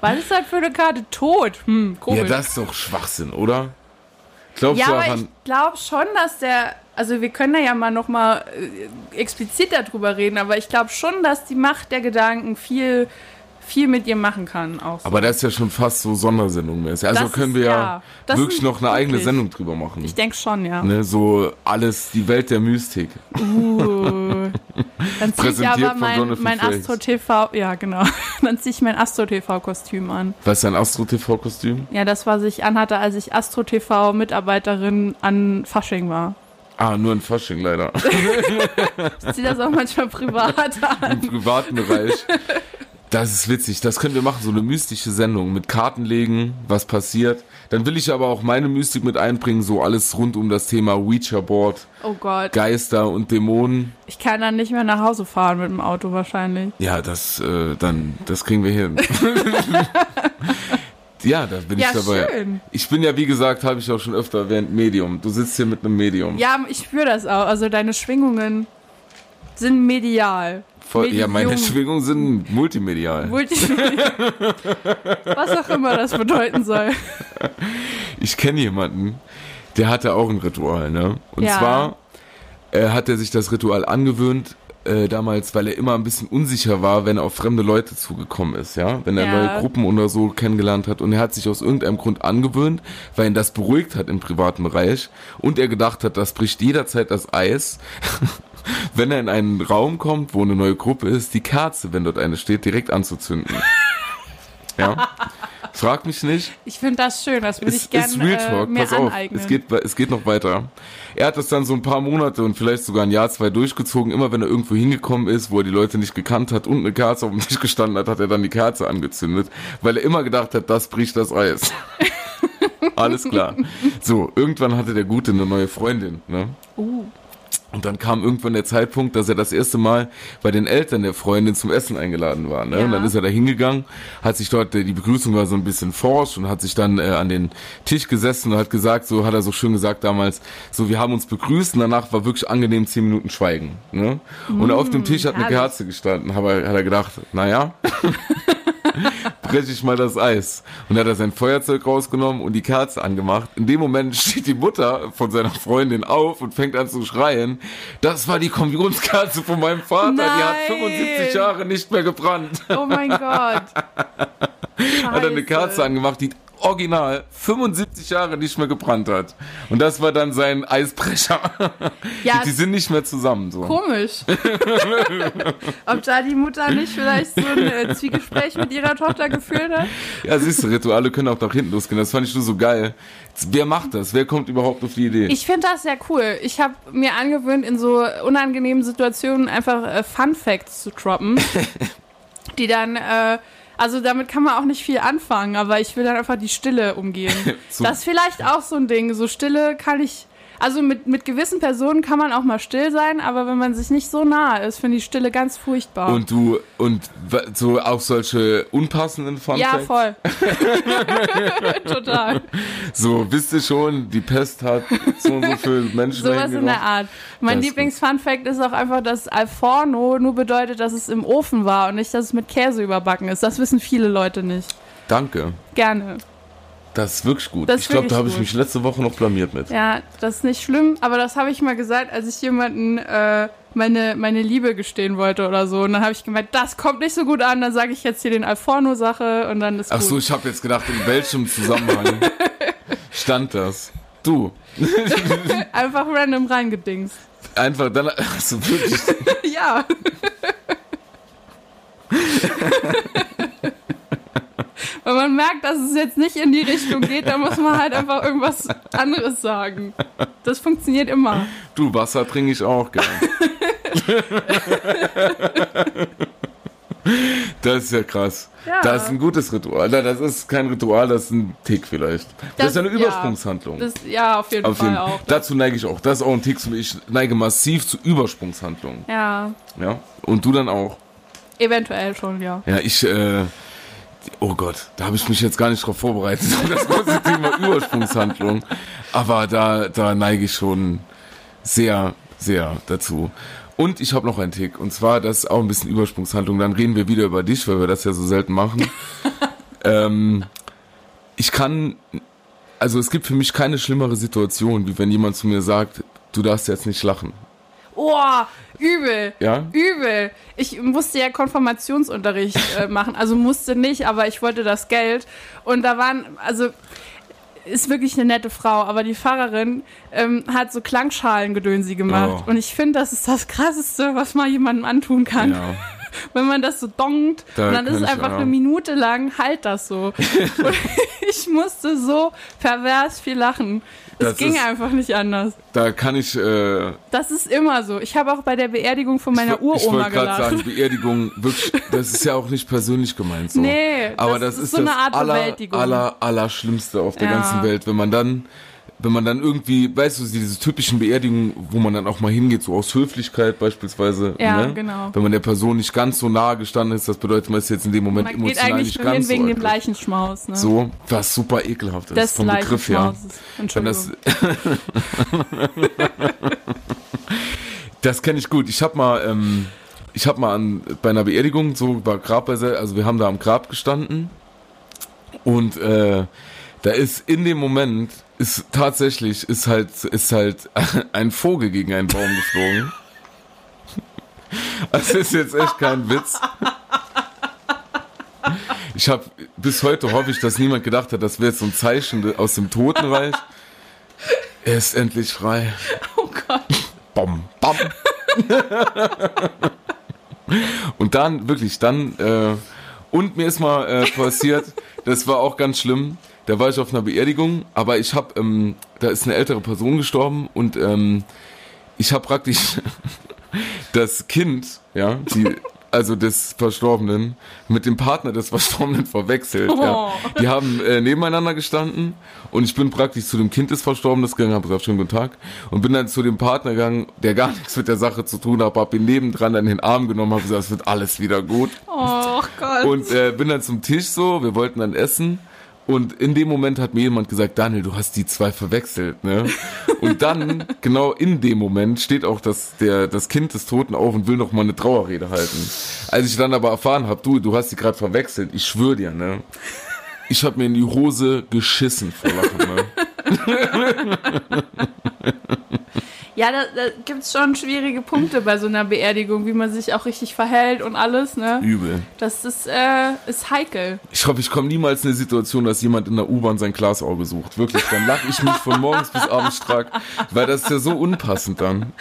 Speaker 3: Was ist das für eine Karte? Tod. Hm, komisch.
Speaker 2: ja, das ist doch Schwachsinn, oder? Glaubst
Speaker 3: Ja,
Speaker 2: du auch
Speaker 3: aber
Speaker 2: an.
Speaker 3: ich glaube schon, dass der, also wir können da ja mal nochmal äh, explizit darüber reden, aber ich glaube schon, dass die Macht der Gedanken viel, viel mit ihr machen kann. Auch so.
Speaker 2: Aber das ist ja schon fast so Sondersendung mehr. Also
Speaker 3: Das
Speaker 2: können
Speaker 3: ist-
Speaker 2: wir
Speaker 3: ja.
Speaker 2: ja,
Speaker 3: Das
Speaker 2: wirklich
Speaker 3: sind-
Speaker 2: noch eine eigene
Speaker 3: wirklich.
Speaker 2: Sendung drüber machen.
Speaker 3: ich denke schon, ja.
Speaker 2: ne, so alles, die Welt der Mystik.
Speaker 3: Uh. Dann ziehe ich
Speaker 2: Präsentiert
Speaker 3: aber
Speaker 2: von
Speaker 3: mein,
Speaker 2: Jonathan
Speaker 3: mein
Speaker 2: Frakes.
Speaker 3: Astro TV, ja genau, dann ziehe ich mein Astro TV-Kostüm an.
Speaker 2: Was ist dein Astro-TV-Kostüm?
Speaker 3: Ja, das, was ich anhatte, als ich Astro TV-Mitarbeiterin an Fasching war.
Speaker 2: Ah, nur ein Fasching leider.
Speaker 3: Ich ziehe das auch manchmal privat an.
Speaker 2: im privaten Bereich. Das ist witzig. Das können wir machen, so eine mystische Sendung mit Karten legen, was passiert. Dann will ich aber auch meine Mystik mit einbringen, so alles rund um das Thema Ouija Board,
Speaker 3: Oh Gott.
Speaker 2: Geister und Dämonen.
Speaker 3: Ich kann dann nicht mehr nach Hause fahren mit dem Auto wahrscheinlich.
Speaker 2: Ja, das äh, dann das kriegen wir hin. ja, da bin
Speaker 3: Ja,
Speaker 2: ich dabei.
Speaker 3: schön.
Speaker 2: Ich bin ja wie gesagt, habe ich auch schon öfter erwähnt, Medium. Du sitzt hier mit einem Medium.
Speaker 3: Ja, ich spüre das auch. Also deine Schwingungen sind medial.
Speaker 2: Voll, ja meine
Speaker 3: Medium.
Speaker 2: Schwingungen sind multimedial.
Speaker 3: Multimedial. Was auch immer das bedeuten soll.
Speaker 2: ich kenne jemanden, der hatte auch ein Ritual, ne? Und
Speaker 3: Ja.
Speaker 2: zwar äh, hat er sich das Ritual angewöhnt, äh, damals, weil er immer ein bisschen unsicher war, wenn er auf fremde Leute zugekommen ist, ja? Wenn er
Speaker 3: Ja.
Speaker 2: neue Gruppen oder so kennengelernt hat. Und er hat sich aus irgendeinem Grund angewöhnt, weil ihn das beruhigt hat im privaten Bereich. Und er gedacht hat, das bricht jederzeit das Eis. wenn er in einen Raum kommt, wo eine neue Gruppe ist, die Kerze, wenn dort eine steht, direkt anzuzünden. ja? Frag mich nicht.
Speaker 3: Ich finde das schön, das würde ich
Speaker 2: Es
Speaker 3: gerne
Speaker 2: ist Real
Speaker 3: äh,
Speaker 2: Talk,
Speaker 3: mir
Speaker 2: pass auf.
Speaker 3: aneignen.
Speaker 2: Es geht, es geht noch weiter. Er hat das dann so ein paar Monate und vielleicht sogar ein Jahr, zwei durchgezogen. Immer wenn er irgendwo hingekommen ist, wo er die Leute nicht gekannt hat und eine Kerze auf dem Tisch gestanden hat, hat er dann die Kerze angezündet, weil er immer gedacht hat, das bricht das Eis. Alles klar. So, irgendwann hatte der Gute eine neue Freundin. Ne?
Speaker 3: Uh.
Speaker 2: Und dann kam irgendwann der Zeitpunkt, dass er das erste Mal bei den Eltern der Freundin zum Essen eingeladen war. Ne?
Speaker 3: Ja.
Speaker 2: Und dann ist er da hingegangen, hat sich dort, äh, die Begrüßung war so ein bisschen forsch und hat sich dann äh, an den Tisch gesessen und hat gesagt, so hat er so schön gesagt damals, so wir haben uns begrüßt und danach war wirklich angenehm zehn Minuten Schweigen. Ne? Und auf dem Tisch hat eine
Speaker 3: Mm, herrlich.
Speaker 2: Kerze gestanden, hab er, hat er gedacht, naja, breche ich mal das Eis. Und hat er sein Feuerzeug rausgenommen und die Kerze angemacht. In dem Moment steht die Mutter von seiner Freundin auf und fängt an zu schreien. Das war die Kommunionskerze von meinem Vater. Die hat
Speaker 3: Nein.
Speaker 2: 75 Jahre nicht mehr gebrannt.
Speaker 3: Oh mein Gott.
Speaker 2: Hat er eine
Speaker 3: Scheiße.
Speaker 2: Kerze angemacht, die original 75 Jahre nicht mehr gebrannt hat. Und das war dann sein Eisbrecher.
Speaker 3: Ja,
Speaker 2: Die sind nicht mehr zusammen, so.
Speaker 3: komisch. Ob da die Mutter nicht vielleicht so ein äh, Zwiegespräch mit ihrer Tochter geführt hat?
Speaker 2: Ja, siehst du, Rituale können auch nach hinten losgehen. Das fand ich nur so geil. Wer macht das? Wer kommt überhaupt auf die Idee?
Speaker 3: Ich finde das sehr cool. Ich habe mir angewöhnt, in so unangenehmen Situationen einfach äh, Fun Facts zu droppen, die dann, äh, also damit kann man auch nicht viel anfangen, aber ich will dann einfach die Stille umgehen.
Speaker 2: So.
Speaker 3: Das ist vielleicht auch so ein Ding. So Stille kann ich, also mit, mit gewissen Personen kann man auch mal still sein, aber wenn man sich nicht so nah ist, finde ich Stille ganz furchtbar.
Speaker 2: Und du, und wa- so auch solche unpassenden Fun
Speaker 3: ja,
Speaker 2: Facts.
Speaker 3: voll. Total.
Speaker 2: So, wisst ihr schon, die Pest hat so und so viele Menschen
Speaker 3: Sowas in der
Speaker 2: dahingebracht.
Speaker 3: Art. Mein
Speaker 2: Das ist
Speaker 3: Lieblings-Fun-Fact ist auch einfach, dass Al Forno nur bedeutet, dass es im Ofen war und nicht, dass es mit Käse überbacken ist. Das wissen viele Leute nicht.
Speaker 2: Danke.
Speaker 3: Gerne.
Speaker 2: Das ist wirklich gut.
Speaker 3: Das ist
Speaker 2: ich glaube, da
Speaker 3: wirklich
Speaker 2: habe ich
Speaker 3: gut.
Speaker 2: mich letzte Woche noch blamiert mit.
Speaker 3: Ja, das ist nicht schlimm, aber das habe ich mal gesagt, als ich jemanden äh, meine, meine Liebe gestehen wollte oder so. Und dann habe ich gemeint, das kommt nicht so gut an, dann sage ich jetzt hier den Al Forno-Sache und dann ist
Speaker 2: Ach
Speaker 3: gut.
Speaker 2: so, ich habe jetzt gedacht, in welchem Zusammenhang stand das? Du,
Speaker 3: Einfach random reingedingst.
Speaker 2: einfach dann, also wirklich,
Speaker 3: ja. Wenn man merkt, dass es jetzt nicht in die Richtung geht, dann muss man halt einfach irgendwas anderes sagen. Das funktioniert immer.
Speaker 2: du, Wasser trinke ich auch gern. Das ist ja krass.
Speaker 3: Ja.
Speaker 2: Das ist ein gutes Ritual. Na, Das ist kein Ritual, das ist ein Tick vielleicht. Das,
Speaker 3: Das-
Speaker 2: ist eine
Speaker 3: ja.
Speaker 2: Übersprungshandlung.
Speaker 3: Das, ja, auf jeden
Speaker 2: Auf
Speaker 3: Fall
Speaker 2: jeden,
Speaker 3: auch.
Speaker 2: dazu neige ich auch. Das ist auch ein Tick. zu mir. Ich neige massiv zu Übersprungshandlungen.
Speaker 3: Ja,
Speaker 2: Ja. Und du dann auch.
Speaker 3: eventuell schon, ja.
Speaker 2: Ja, ich, äh, oh Gott, da habe ich mich jetzt gar nicht drauf vorbereitet, auf das große Thema Übersprungshandlung. Aber da, da neige ich schon sehr, sehr dazu. Und ich habe noch einen Tick, und zwar, das ist auch ein bisschen Übersprungshandlung. Dann reden wir wieder über dich, weil wir das ja so selten machen. ähm, ich kann, also es gibt für mich keine schlimmere Situation, wie wenn jemand zu mir sagt, du darfst jetzt nicht lachen.
Speaker 3: Oh, übel.
Speaker 2: Ja?
Speaker 3: Übel. Ich musste ja Konfirmationsunterricht äh, machen. Also musste nicht, aber ich wollte das Geld. Und da waren, also ist wirklich eine nette Frau, aber die Pfarrerin ähm, hat so Klangschalengedönsi gemacht.
Speaker 2: Oh.
Speaker 3: Und ich finde, das ist das Krasseste, was man jemandem antun kann.
Speaker 2: Ja.
Speaker 3: Wenn man das so dongt
Speaker 2: Da
Speaker 3: und dann ist
Speaker 2: kann
Speaker 3: es
Speaker 2: ich
Speaker 3: einfach
Speaker 2: auch.
Speaker 3: eine Minute lang, halt das so. und ich musste so pervers viel lachen.
Speaker 2: Das
Speaker 3: es ging
Speaker 2: ist-
Speaker 3: einfach nicht anders.
Speaker 2: Da kann ich, äh,
Speaker 3: Das ist immer so. Ich habe auch bei der Beerdigung von meiner
Speaker 2: Ich wo- Ich
Speaker 3: Uroma
Speaker 2: wollte gerade
Speaker 3: gelacht.
Speaker 2: sagen, Beerdigung, wirklich, das ist ja auch nicht persönlich gemeint. So.
Speaker 3: Nee,
Speaker 2: aber das,
Speaker 3: das ist
Speaker 2: ist,
Speaker 3: so eine
Speaker 2: das
Speaker 3: Art
Speaker 2: aller,
Speaker 3: Bewältigung.
Speaker 2: aller, aller Schlimmste auf der
Speaker 3: Ja.
Speaker 2: ganzen Welt, wenn man dann, wenn man dann irgendwie, weißt du, diese typischen Beerdigungen, wo man dann auch mal hingeht, so aus Höflichkeit beispielsweise.
Speaker 3: Ja,
Speaker 2: ne?
Speaker 3: genau.
Speaker 2: Wenn man der Person nicht ganz so nahe gestanden ist, das bedeutet, man ist jetzt in dem Moment
Speaker 3: Man geht
Speaker 2: emotional
Speaker 3: eigentlich
Speaker 2: nicht
Speaker 3: nur hin
Speaker 2: ganz
Speaker 3: wegen
Speaker 2: so.
Speaker 3: dem Leichenschmaus. Ne?
Speaker 2: so, was super ekelhaft ist
Speaker 3: des
Speaker 2: vom Begriff her.
Speaker 3: Leichenschmauses.
Speaker 2: Wenn
Speaker 3: Entschuldigung.
Speaker 2: das, das kenne ich gut. Ich habe mal, ähm, ich habe mal an, bei einer Beerdigung so bei Grab, also wir haben da am Grab gestanden und äh, da ist in dem Moment ist tatsächlich ist halt ist halt ein Vogel gegen einen Baum geflogen. Das ist jetzt echt kein Witz. Ich habe bis heute hoffe ich, dass niemand gedacht hat, das wäre jetzt so ein Zeichen aus dem Totenreich. Er ist endlich frei.
Speaker 3: oh Gott.
Speaker 2: Bom, bom. Und dann, wirklich, dann, äh, Und mir ist mal äh, passiert, das war auch ganz schlimm. Da war ich auf einer Beerdigung, aber ich habe, ähm, da ist eine ältere Person gestorben und ähm, ich habe praktisch das Kind, ja, die, also des Verstorbenen, mit dem Partner des Verstorbenen verwechselt. Ja.
Speaker 3: Oh.
Speaker 2: Die haben äh, nebeneinander gestanden und ich bin praktisch zu dem Kind des Verstorbenen gegangen, habe gesagt, schönen guten Tag und bin dann zu dem Partner gegangen, der gar nichts mit der Sache zu tun hat, habe ihn nebendran in den Arm genommen, habe gesagt, es wird alles wieder gut
Speaker 3: Oh Gott.
Speaker 2: und äh, bin dann zum Tisch so, wir wollten dann essen. Und in dem Moment hat mir jemand gesagt, Daniel, du hast die zwei verwechselt, ne? Und dann, genau in dem Moment, steht auch das, der, das Kind des Toten auf und will noch mal eine Trauerrede halten. Als ich dann aber erfahren habe, du, du hast die gerade verwechselt, ich schwöre dir, ne? Ich habe mir in die Hose geschissen vor Lachen, ne?
Speaker 3: ja, da, da gibt's schon schwierige Punkte bei so einer Beerdigung, wie man sich auch richtig verhält und alles, ne?
Speaker 2: Übel.
Speaker 3: Das ist, äh, ist heikel.
Speaker 2: Ich hoffe, ich komme niemals in eine Situation, dass jemand in der U-Bahn sein Glasauge sucht. Wirklich, dann lache ich mich von morgens bis abends stark, weil das ist ja so unpassend dann.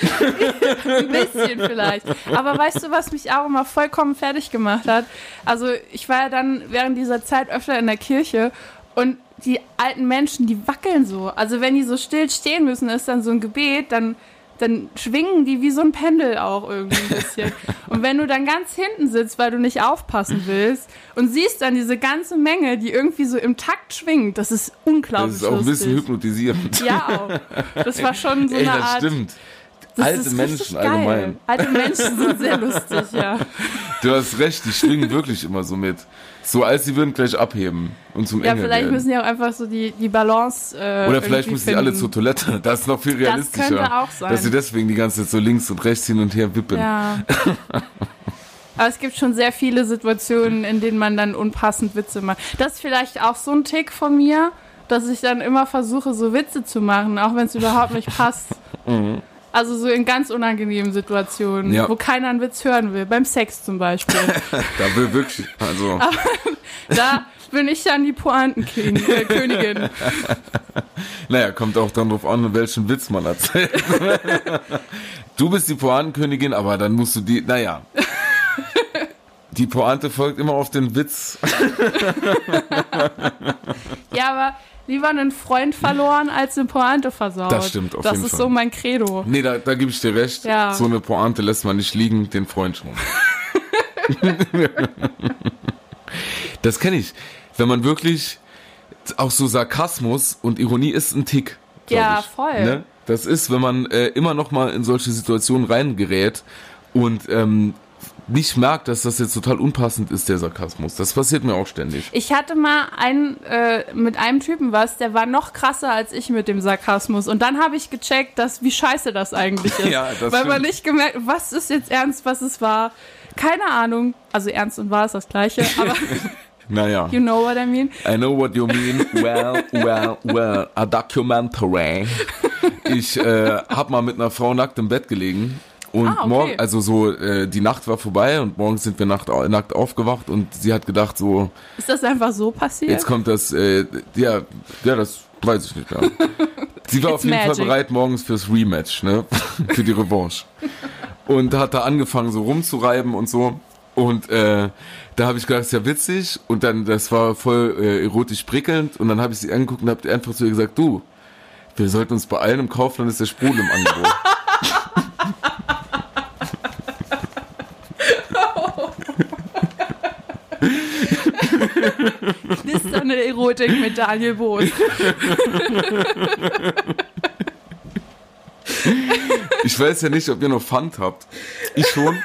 Speaker 3: Ein bisschen vielleicht. Aber weißt du, was mich auch immer vollkommen fertig gemacht hat? Also ich war ja dann während dieser Zeit öfter in der Kirche und die alten Menschen, die wackeln so. Also wenn die so still stehen müssen, ist dann so ein Gebet, dann dann schwingen die wie so ein Pendel auch irgendwie ein bisschen. Und wenn du dann ganz hinten sitzt, weil du nicht aufpassen willst und siehst dann diese ganze Menge, die irgendwie so im Takt schwingt, das ist unglaublich
Speaker 2: Das ist auch ein bisschen
Speaker 3: lustig.
Speaker 2: hypnotisierend.
Speaker 3: Ja, auch. Das war schon so
Speaker 2: Ey,
Speaker 3: eine
Speaker 2: das
Speaker 3: Art
Speaker 2: stimmt.
Speaker 3: das
Speaker 2: Alte
Speaker 3: ist richtig
Speaker 2: Menschen
Speaker 3: geil.
Speaker 2: allgemein.
Speaker 3: Alte Menschen sind sehr lustig, ja.
Speaker 2: Du hast recht, die schwingen wirklich immer so mit. So als sie würden gleich abheben und zum
Speaker 3: Ja,
Speaker 2: Engel
Speaker 3: vielleicht
Speaker 2: werden.
Speaker 3: müssen die auch einfach so die, die Balance. Äh,
Speaker 2: Oder vielleicht
Speaker 3: irgendwie
Speaker 2: müssen sie
Speaker 3: finden.
Speaker 2: alle zur Toilette. Das ist noch viel realistischer.
Speaker 3: könnte auch sein.
Speaker 2: Dass sie deswegen die ganze Zeit so links und rechts hin und her wippen.
Speaker 3: Ja. Aber es gibt schon sehr viele Situationen, in denen man dann unpassend Witze macht. Das ist vielleicht auch so ein Tick von mir, dass ich dann immer versuche, so Witze zu machen, auch wenn es überhaupt nicht passt. Also so in ganz unangenehmen Situationen,
Speaker 2: Mhm. Ja.
Speaker 3: wo keiner einen Witz hören will. Beim Sex zum Beispiel.
Speaker 2: Da will wirklich. Also,
Speaker 3: da bin ich dann die Pointenkönigin. Äh, Königin.
Speaker 2: naja, kommt auch dann drauf an, welchen Witz man erzählt. du bist die Pointenkönigin, aber dann musst du die. Naja. Die Pointe folgt immer auf den Witz.
Speaker 3: Ja, aber lieber einen Freund verloren als eine Pointe versaut.
Speaker 2: Das stimmt, auf
Speaker 3: Das
Speaker 2: jeden
Speaker 3: ist
Speaker 2: Fall.
Speaker 3: so mein Credo.
Speaker 2: Nee, da, da gebe ich dir recht.
Speaker 3: Ja.
Speaker 2: So eine Pointe lässt man nicht liegen, den Freund schon. das kenne ich. Wenn man wirklich auch so Sarkasmus und Ironie ist ein Tick. glaub
Speaker 3: Ja,
Speaker 2: ich. ne?
Speaker 3: voll.
Speaker 2: Das ist, wenn man äh, immer noch mal in solche Situationen reingerät und ähm, nicht merkt, dass das jetzt total unpassend ist, der Sarkasmus. Das passiert mir auch ständig.
Speaker 3: Ich hatte mal einen, äh, mit einem Typen was, der war noch krasser als ich mit dem Sarkasmus. Und dann habe ich gecheckt, dass, wie scheiße das eigentlich ist.
Speaker 2: Ja, das
Speaker 3: Weil man
Speaker 2: stimmt.
Speaker 3: nicht gemerkt, was ist jetzt ernst, was es war. Keine Ahnung. Also ernst und wahr ist das Gleiche, aber
Speaker 2: Naja.
Speaker 3: you know what I mean.
Speaker 2: I know what you mean. Well, well, well. A documentary. Ich äh, hab mal mit einer Frau nackt im Bett gelegen. Und
Speaker 3: Ah, okay.
Speaker 2: morgen, also so, äh, die Nacht war vorbei und morgens sind wir nackt, au- nackt aufgewacht und sie hat gedacht so,
Speaker 3: Ist das einfach so passiert?
Speaker 2: jetzt kommt das, äh, ja, ja, das weiß ich nicht mehr. Sie war
Speaker 3: It's
Speaker 2: auf jeden
Speaker 3: magic.
Speaker 2: Fall bereit morgens fürs Rematch, ne? Für die Revanche. Und hat da angefangen so rumzureiben und so. Und äh, da habe ich gedacht, ist ja witzig. Und dann, das war voll äh, erotisch prickelnd. Und dann habe ich sie angeguckt und habe einfach zu ihr gesagt, du, wir sollten uns beeilen, im Kaufland ist der Sprudel im Angebot.
Speaker 3: Das ist eine Erotik mit Daniel Boot.
Speaker 2: Ich weiß ja nicht, ob ihr noch Pfand habt. Ich schon.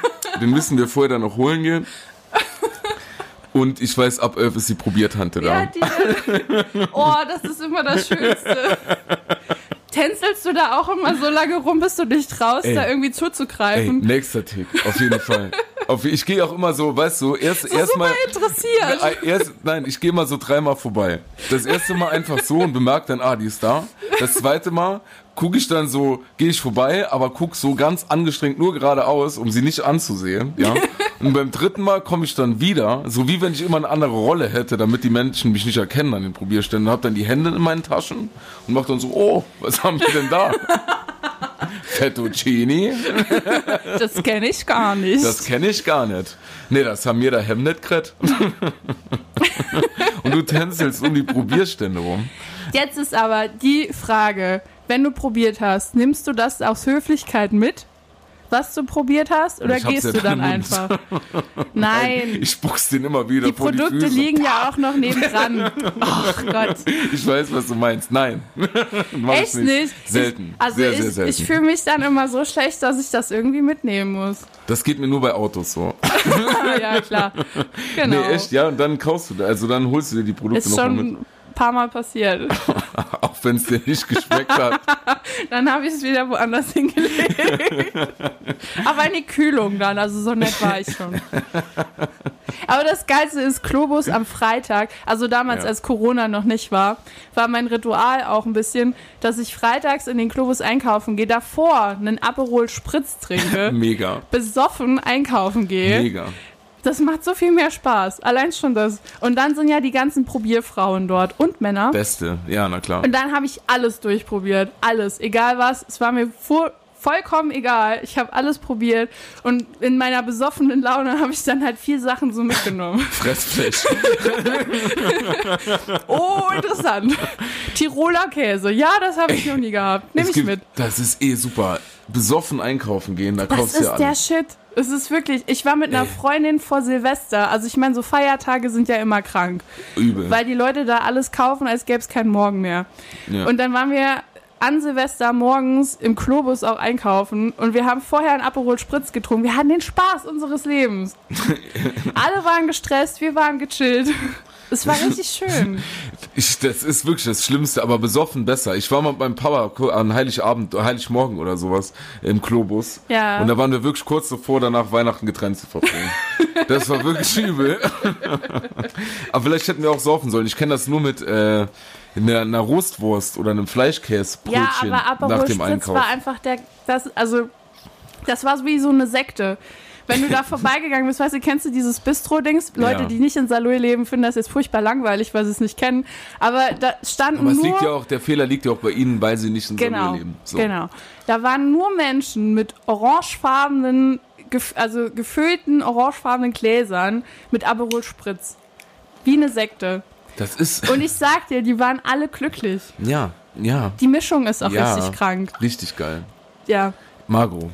Speaker 2: Den müssen wir vorher dann noch holen gehen. Und ich weiß, ab 11 ist die Probiertante da.
Speaker 3: Ja, die, oh, das ist immer das Schönste. Tänzelst du da auch immer so lange rum, bis du dich traust,
Speaker 2: Ey.
Speaker 3: da irgendwie
Speaker 2: Ey,
Speaker 3: zuzugreifen?
Speaker 2: nächster Tipp, auf jeden Fall. Auf, ich gehe auch immer so, weißt du, erst
Speaker 3: das ist
Speaker 2: erstmal.
Speaker 3: super interessiert.
Speaker 2: Äh, Erst, nein, ich gehe mal so dreimal vorbei. Das erste Mal einfach so und bemerke dann, ah, die ist da. Das zweite Mal gucke ich dann so, gehe ich vorbei, aber guck so ganz angestrengt nur geradeaus, um sie nicht anzusehen. Ja. Und beim dritten Mal komme ich dann wieder, so wie wenn ich immer eine andere Rolle hätte, damit die Menschen mich nicht erkennen an den Probierständen. Hab dann die Hände in meinen Taschen und mach dann so, oh, was haben wir denn da? Fettuccini?
Speaker 3: Das kenne ich gar nicht.
Speaker 2: Das kenne ich gar nicht. Nee, das haben mir der Hemnet kret. Und du tänzelst um die Probierstände rum.
Speaker 3: Jetzt ist aber die Frage, wenn du probiert hast, nimmst du das aus Höflichkeit mit, was du probiert hast, oder
Speaker 2: Ich hab's
Speaker 3: gehst
Speaker 2: ja
Speaker 3: du dann
Speaker 2: dann im Mund.
Speaker 3: einfach? Nein.
Speaker 2: Ich spuck's den immer wieder
Speaker 3: Die
Speaker 2: vor
Speaker 3: Produkte
Speaker 2: die Füße.
Speaker 3: liegen ja auch noch nebendran. Ach Gott.
Speaker 2: Ich weiß, was du meinst. Nein. Mach ich
Speaker 3: Echt nicht?
Speaker 2: Selten.
Speaker 3: Ich, also
Speaker 2: sehr,
Speaker 3: ich,
Speaker 2: sehr selten.
Speaker 3: ich fühle mich dann immer so schlecht, dass ich das irgendwie mitnehmen muss.
Speaker 2: das geht mir nur bei Autos so.
Speaker 3: Ah, ja, klar. Genau.
Speaker 2: Nee, echt, ja, und dann kaufst du da, also dann holst du dir die Produkte
Speaker 3: Ist
Speaker 2: noch mal
Speaker 3: schon
Speaker 2: mit,
Speaker 3: ein paar Mal passiert.
Speaker 2: auch wenn es dir nicht geschmeckt hat.
Speaker 3: Dann habe ich es wieder woanders hingelegt. Aber in die Kühlung dann, also so nett war ich schon. Aber das Geilste ist, Klobus am Freitag, also damals,
Speaker 2: Ja.
Speaker 3: als Corona noch nicht war, war mein Ritual auch ein bisschen, dass ich freitags in den Klobus einkaufen gehe, davor einen Aperol Spritz trinke,
Speaker 2: Mega.
Speaker 3: besoffen einkaufen gehe.
Speaker 2: Mega.
Speaker 3: Das macht so viel mehr Spaß, allein schon das. Und dann sind ja die ganzen Probierfrauen dort und Männer.
Speaker 2: Beste. Ja, na klar.
Speaker 3: Und dann habe ich alles durchprobiert. Alles. Egal was. Es war mir vo vollkommen egal. Ich habe alles probiert. Und in meiner besoffenen Laune habe ich dann halt vier Sachen so mitgenommen.
Speaker 2: Fressfleisch.
Speaker 3: oh, interessant. Tiroler Käse. Ja, das habe ich noch nie gehabt. Nehme
Speaker 2: Es
Speaker 3: ich
Speaker 2: gibt-
Speaker 3: mit.
Speaker 2: Das ist eh super. Besoffen einkaufen gehen, da
Speaker 3: Das
Speaker 2: kaufst du
Speaker 3: ist
Speaker 2: ja
Speaker 3: der
Speaker 2: alles.
Speaker 3: Shit. Es ist wirklich, ich war mit einer Freundin vor Silvester. Also ich meine, so Feiertage sind ja immer krank.
Speaker 2: Übel.
Speaker 3: weil die Leute da alles kaufen, als gäbe es keinen Morgen mehr.
Speaker 2: Ja.
Speaker 3: Und dann waren wir an Silvester morgens im Klobus auch einkaufen und wir haben vorher einen Aperol Spritz getrunken. Wir hatten den Spaß unseres Lebens. Alle waren gestresst, wir waren gechillt. Es war richtig schön.
Speaker 2: Ich, das ist wirklich das Schlimmste, aber besoffen besser. Ich war mal mit meinem Papa an Heiligabend, Heiligmorgen oder sowas im Globus.
Speaker 3: Ja.
Speaker 2: Und da waren wir wirklich kurz davor, danach Weihnachten getrennt zu verbringen. das war wirklich übel. aber vielleicht hätten wir auch saufen sollen. Ich kenne das nur mit äh, einer, einer Rostwurst oder einem Fleischkäsebrötchen
Speaker 3: Ja, aber
Speaker 2: nach
Speaker 3: Aperol
Speaker 2: dem
Speaker 3: Spritz
Speaker 2: Einkauf.
Speaker 3: war einfach der, das, also, das war so wie so eine Sekte. Wenn du da vorbeigegangen bist, weißt du, kennst du dieses Bistro-Dings? Leute,
Speaker 2: Ja.
Speaker 3: die nicht in Saloy leben, finden das jetzt furchtbar langweilig, weil sie es nicht kennen. Aber da standen
Speaker 2: aber es
Speaker 3: nur...
Speaker 2: liegt ja auch, der Fehler liegt ja auch bei ihnen, weil sie nicht in
Speaker 3: Genau,
Speaker 2: Sonne leben. So.
Speaker 3: genau. Da waren nur Menschen mit orangefarbenen, gef also gefüllten orangefarbenen Gläsern mit Aperol Spritz. Wie eine Sekte.
Speaker 2: Das ist,
Speaker 3: Und ich sag dir, die waren alle glücklich.
Speaker 2: ja, ja,
Speaker 3: Die Mischung ist auch
Speaker 2: Ja.
Speaker 3: richtig krank.
Speaker 2: richtig geil.
Speaker 3: Ja,
Speaker 2: Margot,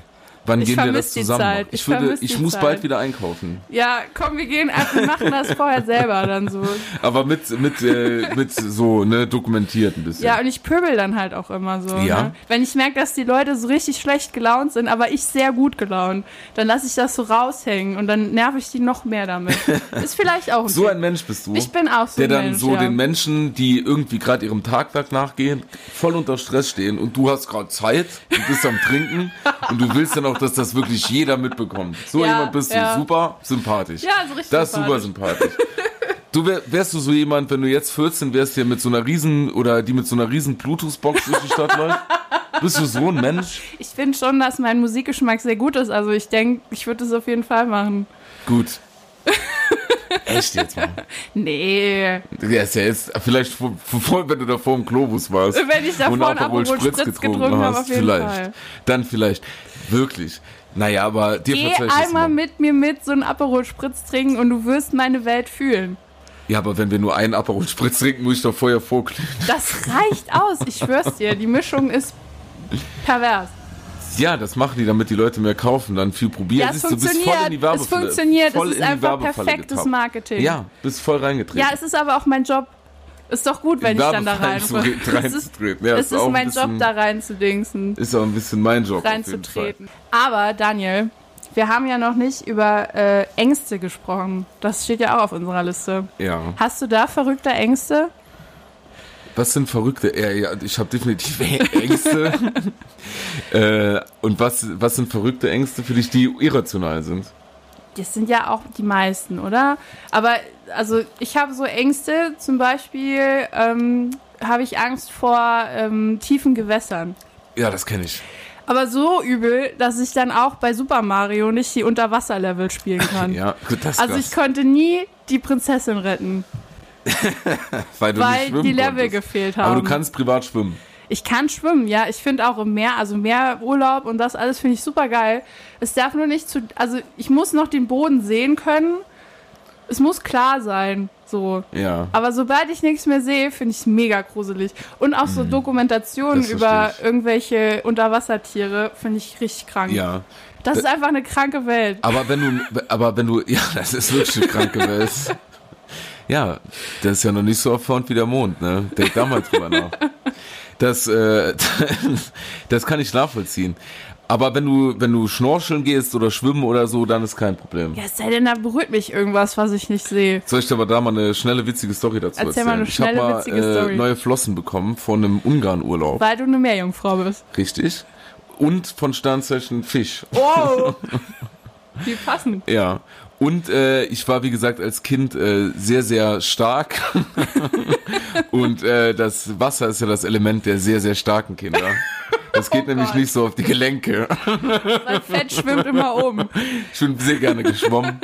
Speaker 2: wann
Speaker 3: Ich
Speaker 2: gehen wir
Speaker 3: vermiss
Speaker 2: das
Speaker 3: die
Speaker 2: zusammen?
Speaker 3: Zeit.
Speaker 2: machen?
Speaker 3: Ich
Speaker 2: Ich, würde,
Speaker 3: vermiss
Speaker 2: ich
Speaker 3: die
Speaker 2: muss
Speaker 3: Zeit.
Speaker 2: bald wieder einkaufen.
Speaker 3: ja, komm, wir gehen einfach, wir machen das vorher selber dann so.
Speaker 2: Aber mit, mit, äh, mit so, ne, dokumentiert ein bisschen.
Speaker 3: Ja, und ich pöbel dann halt auch immer so.
Speaker 2: Ja.
Speaker 3: Ne? Wenn ich merke, dass die Leute so richtig schlecht gelaunt sind, aber ich sehr gut gelaunt, dann lasse ich das so raushängen und dann nerv ich die noch mehr damit. Ist vielleicht auch ein
Speaker 2: so
Speaker 3: Tipp.
Speaker 2: ein Mensch bist du.
Speaker 3: Ich bin auch so
Speaker 2: der
Speaker 3: ein
Speaker 2: dann
Speaker 3: Mensch,
Speaker 2: so
Speaker 3: ja.
Speaker 2: den Menschen, die irgendwie gerade ihrem Tagwerk nachgehen, voll unter Stress stehen und du hast gerade Zeit, du bist am Trinken und du willst dann auch, dass das wirklich jeder mitbekommt. So
Speaker 3: Ja,
Speaker 2: jemand bist
Speaker 3: ja.
Speaker 2: du, super sympathisch.
Speaker 3: Ja, so richtig
Speaker 2: Das ist super sympathisch. Du wär, wärst du so jemand, wenn du jetzt 14 wärst, der mit so einer riesen oder die mit so einer riesen Bluetooth-Box durch die Stadt läuft? Bist du so ein Mensch?
Speaker 3: Ich finde schon, dass mein Musikgeschmack sehr gut ist. Also ich denke, ich würde es auf jeden Fall machen.
Speaker 2: Gut. Echt jetzt, Mann.
Speaker 3: Nee.
Speaker 2: Der ist ja jetzt, vielleicht vor, vor, wenn du da vor dem Globus warst.
Speaker 3: Wenn ich da
Speaker 2: und
Speaker 3: vorne
Speaker 2: Aperol
Speaker 3: Aperol Spritz getrunken habe, auf jeden
Speaker 2: vielleicht.
Speaker 3: Fall.
Speaker 2: Dann vielleicht. Wirklich. Naja, aber dir
Speaker 3: Geh
Speaker 2: verzeih ich das
Speaker 3: einmal
Speaker 2: mal.
Speaker 3: mit mir mit so einen Aperol Spritz trinken und du wirst meine Welt fühlen.
Speaker 2: Ja, aber wenn wir nur einen Aperol Spritz trinken, muss ich doch vorher vorglühen.
Speaker 3: Das reicht aus. Ich schwör's dir, die Mischung ist pervers.
Speaker 2: Ja, das machen die, damit die Leute mehr kaufen, dann viel probieren.
Speaker 3: Ja, es
Speaker 2: Siehst du, du bist
Speaker 3: funktioniert.
Speaker 2: voll in die Werbe
Speaker 3: es funktioniert.
Speaker 2: Voll
Speaker 3: Es ist
Speaker 2: in die
Speaker 3: einfach
Speaker 2: Werbefalle
Speaker 3: perfektes
Speaker 2: getappt.
Speaker 3: Marketing.
Speaker 2: Ja, bist voll reingetreten.
Speaker 3: ja, es ist aber auch mein Job. Ist doch gut, wenn ich dann da rein Es ist,
Speaker 2: reinzutreten. Ja,
Speaker 3: es ist
Speaker 2: auch ein
Speaker 3: mein Job,
Speaker 2: bisschen-
Speaker 3: da rein zu dingsen.
Speaker 2: Ist auch ein bisschen mein Job. auf jeden
Speaker 3: reinzutreten. Aber Daniel, wir haben ja noch nicht über äh, Ängste gesprochen. Das steht ja auch auf unserer Liste.
Speaker 2: Fall. Ja.
Speaker 3: Hast du da verrückte Ängste?
Speaker 2: Was sind Verrückte? Ja, ja, ich habe definitiv Ängste. äh, und was, was sind verrückte Ängste für dich, die irrational sind?
Speaker 3: Das sind ja auch die meisten, oder? Aber also ich habe so Ängste, zum Beispiel ähm, habe ich Angst vor ähm, tiefen Gewässern.
Speaker 2: Ja, das kenne ich.
Speaker 3: Aber so übel, dass ich dann auch bei Super Mario nicht die Unterwasserlevel spielen kann.
Speaker 2: Ja, gut, das
Speaker 3: also ich
Speaker 2: ist krass,
Speaker 3: konnte nie die Prinzessin retten,
Speaker 2: weil, du nicht
Speaker 3: weil
Speaker 2: schwimmen
Speaker 3: die Level
Speaker 2: konntest.
Speaker 3: gefehlt haben.
Speaker 2: Aber du kannst privat schwimmen.
Speaker 3: Ich kann schwimmen, ja. Ich finde auch im Meer, also Meerurlaub und das alles finde ich super geil. Es darf nur nicht zu, also ich muss noch den Boden sehen können. Es muss klar sein, so.
Speaker 2: Ja.
Speaker 3: Aber sobald ich nichts mehr sehe, finde ich es mega gruselig. Und auch so Dokumentationen
Speaker 2: Mhm. Das
Speaker 3: über
Speaker 2: verstehe ich.
Speaker 3: irgendwelche Unterwassertiere finde ich richtig krank.
Speaker 2: Ja.
Speaker 3: Das ist einfach eine kranke Welt.
Speaker 2: Aber wenn du, aber wenn du, ja, das ist wirklich eine kranke Welt. Ja, das ist ja noch nicht so erfaunt wie der Mond, ne? Denk damals drüber nach. Das, äh, das kann ich nachvollziehen. Aber wenn du, wenn du schnorcheln gehst oder schwimmen oder so, dann ist kein Problem.
Speaker 3: Ja, es sei denn, da berührt mich irgendwas, was ich nicht sehe.
Speaker 2: Soll ich dir aber da mal eine schnelle, witzige Story dazu
Speaker 3: Erzähl
Speaker 2: erzählen?
Speaker 3: mal eine schnelle,
Speaker 2: ich habe mal
Speaker 3: witzige
Speaker 2: äh,
Speaker 3: Story.
Speaker 2: neue Flossen bekommen von einem Ungarn-Urlaub.
Speaker 3: Weil du eine Meerjungfrau bist.
Speaker 2: Richtig. Und von Sternzeichen Fisch.
Speaker 3: Wow! Wie passend.
Speaker 2: Ja. Und äh, ich war, wie gesagt, als Kind äh, sehr, sehr stark. Und äh, das Wasser ist ja das Element der sehr, sehr starken Kinder. Das geht
Speaker 3: Oh
Speaker 2: nämlich
Speaker 3: Gott.
Speaker 2: nicht so auf die Gelenke.
Speaker 3: Weil Fett schwimmt immer oben.
Speaker 2: Ich bin sehr gerne geschwommen.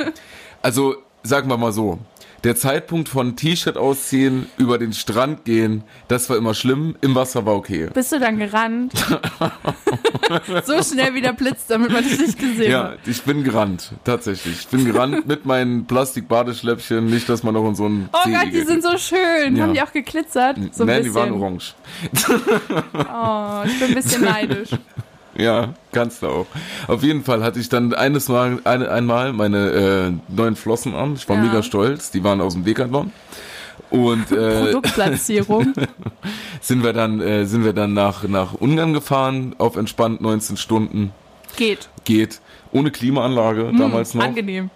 Speaker 2: Also, sagen wir mal so. Der Zeitpunkt von T-Shirt ausziehen, über den Strand gehen, das war immer schlimm. Im Wasser war okay.
Speaker 3: Bist du dann gerannt? so schnell wie der Blitz, damit man dich nicht gesehen
Speaker 2: Ja,
Speaker 3: hat.
Speaker 2: ich bin gerannt, tatsächlich. Ich bin gerannt mit meinen Plastikbadeschläppchen, nicht, dass man noch in so einen
Speaker 3: Oh
Speaker 2: See
Speaker 3: Gott, die
Speaker 2: geht.
Speaker 3: sind so schön.
Speaker 2: Ja.
Speaker 3: Haben die auch geglitzert? So ein
Speaker 2: Nein,
Speaker 3: bisschen.
Speaker 2: die waren orange.
Speaker 3: Oh, ich bin ein bisschen neidisch.
Speaker 2: Ja, kannst du auch. Auf jeden Fall hatte ich dann eines Mal, ein, einmal meine äh, neuen Flossen an. Ich war
Speaker 3: Ja.
Speaker 2: mega stolz. Die waren aus dem Decathlon. Und äh,
Speaker 3: Produktplatzierung.
Speaker 2: sind wir dann äh, sind wir dann nach nach Ungarn gefahren auf entspannt 19 Stunden
Speaker 3: Geht.
Speaker 2: geht ohne Klimaanlage damals noch
Speaker 3: Angenehm.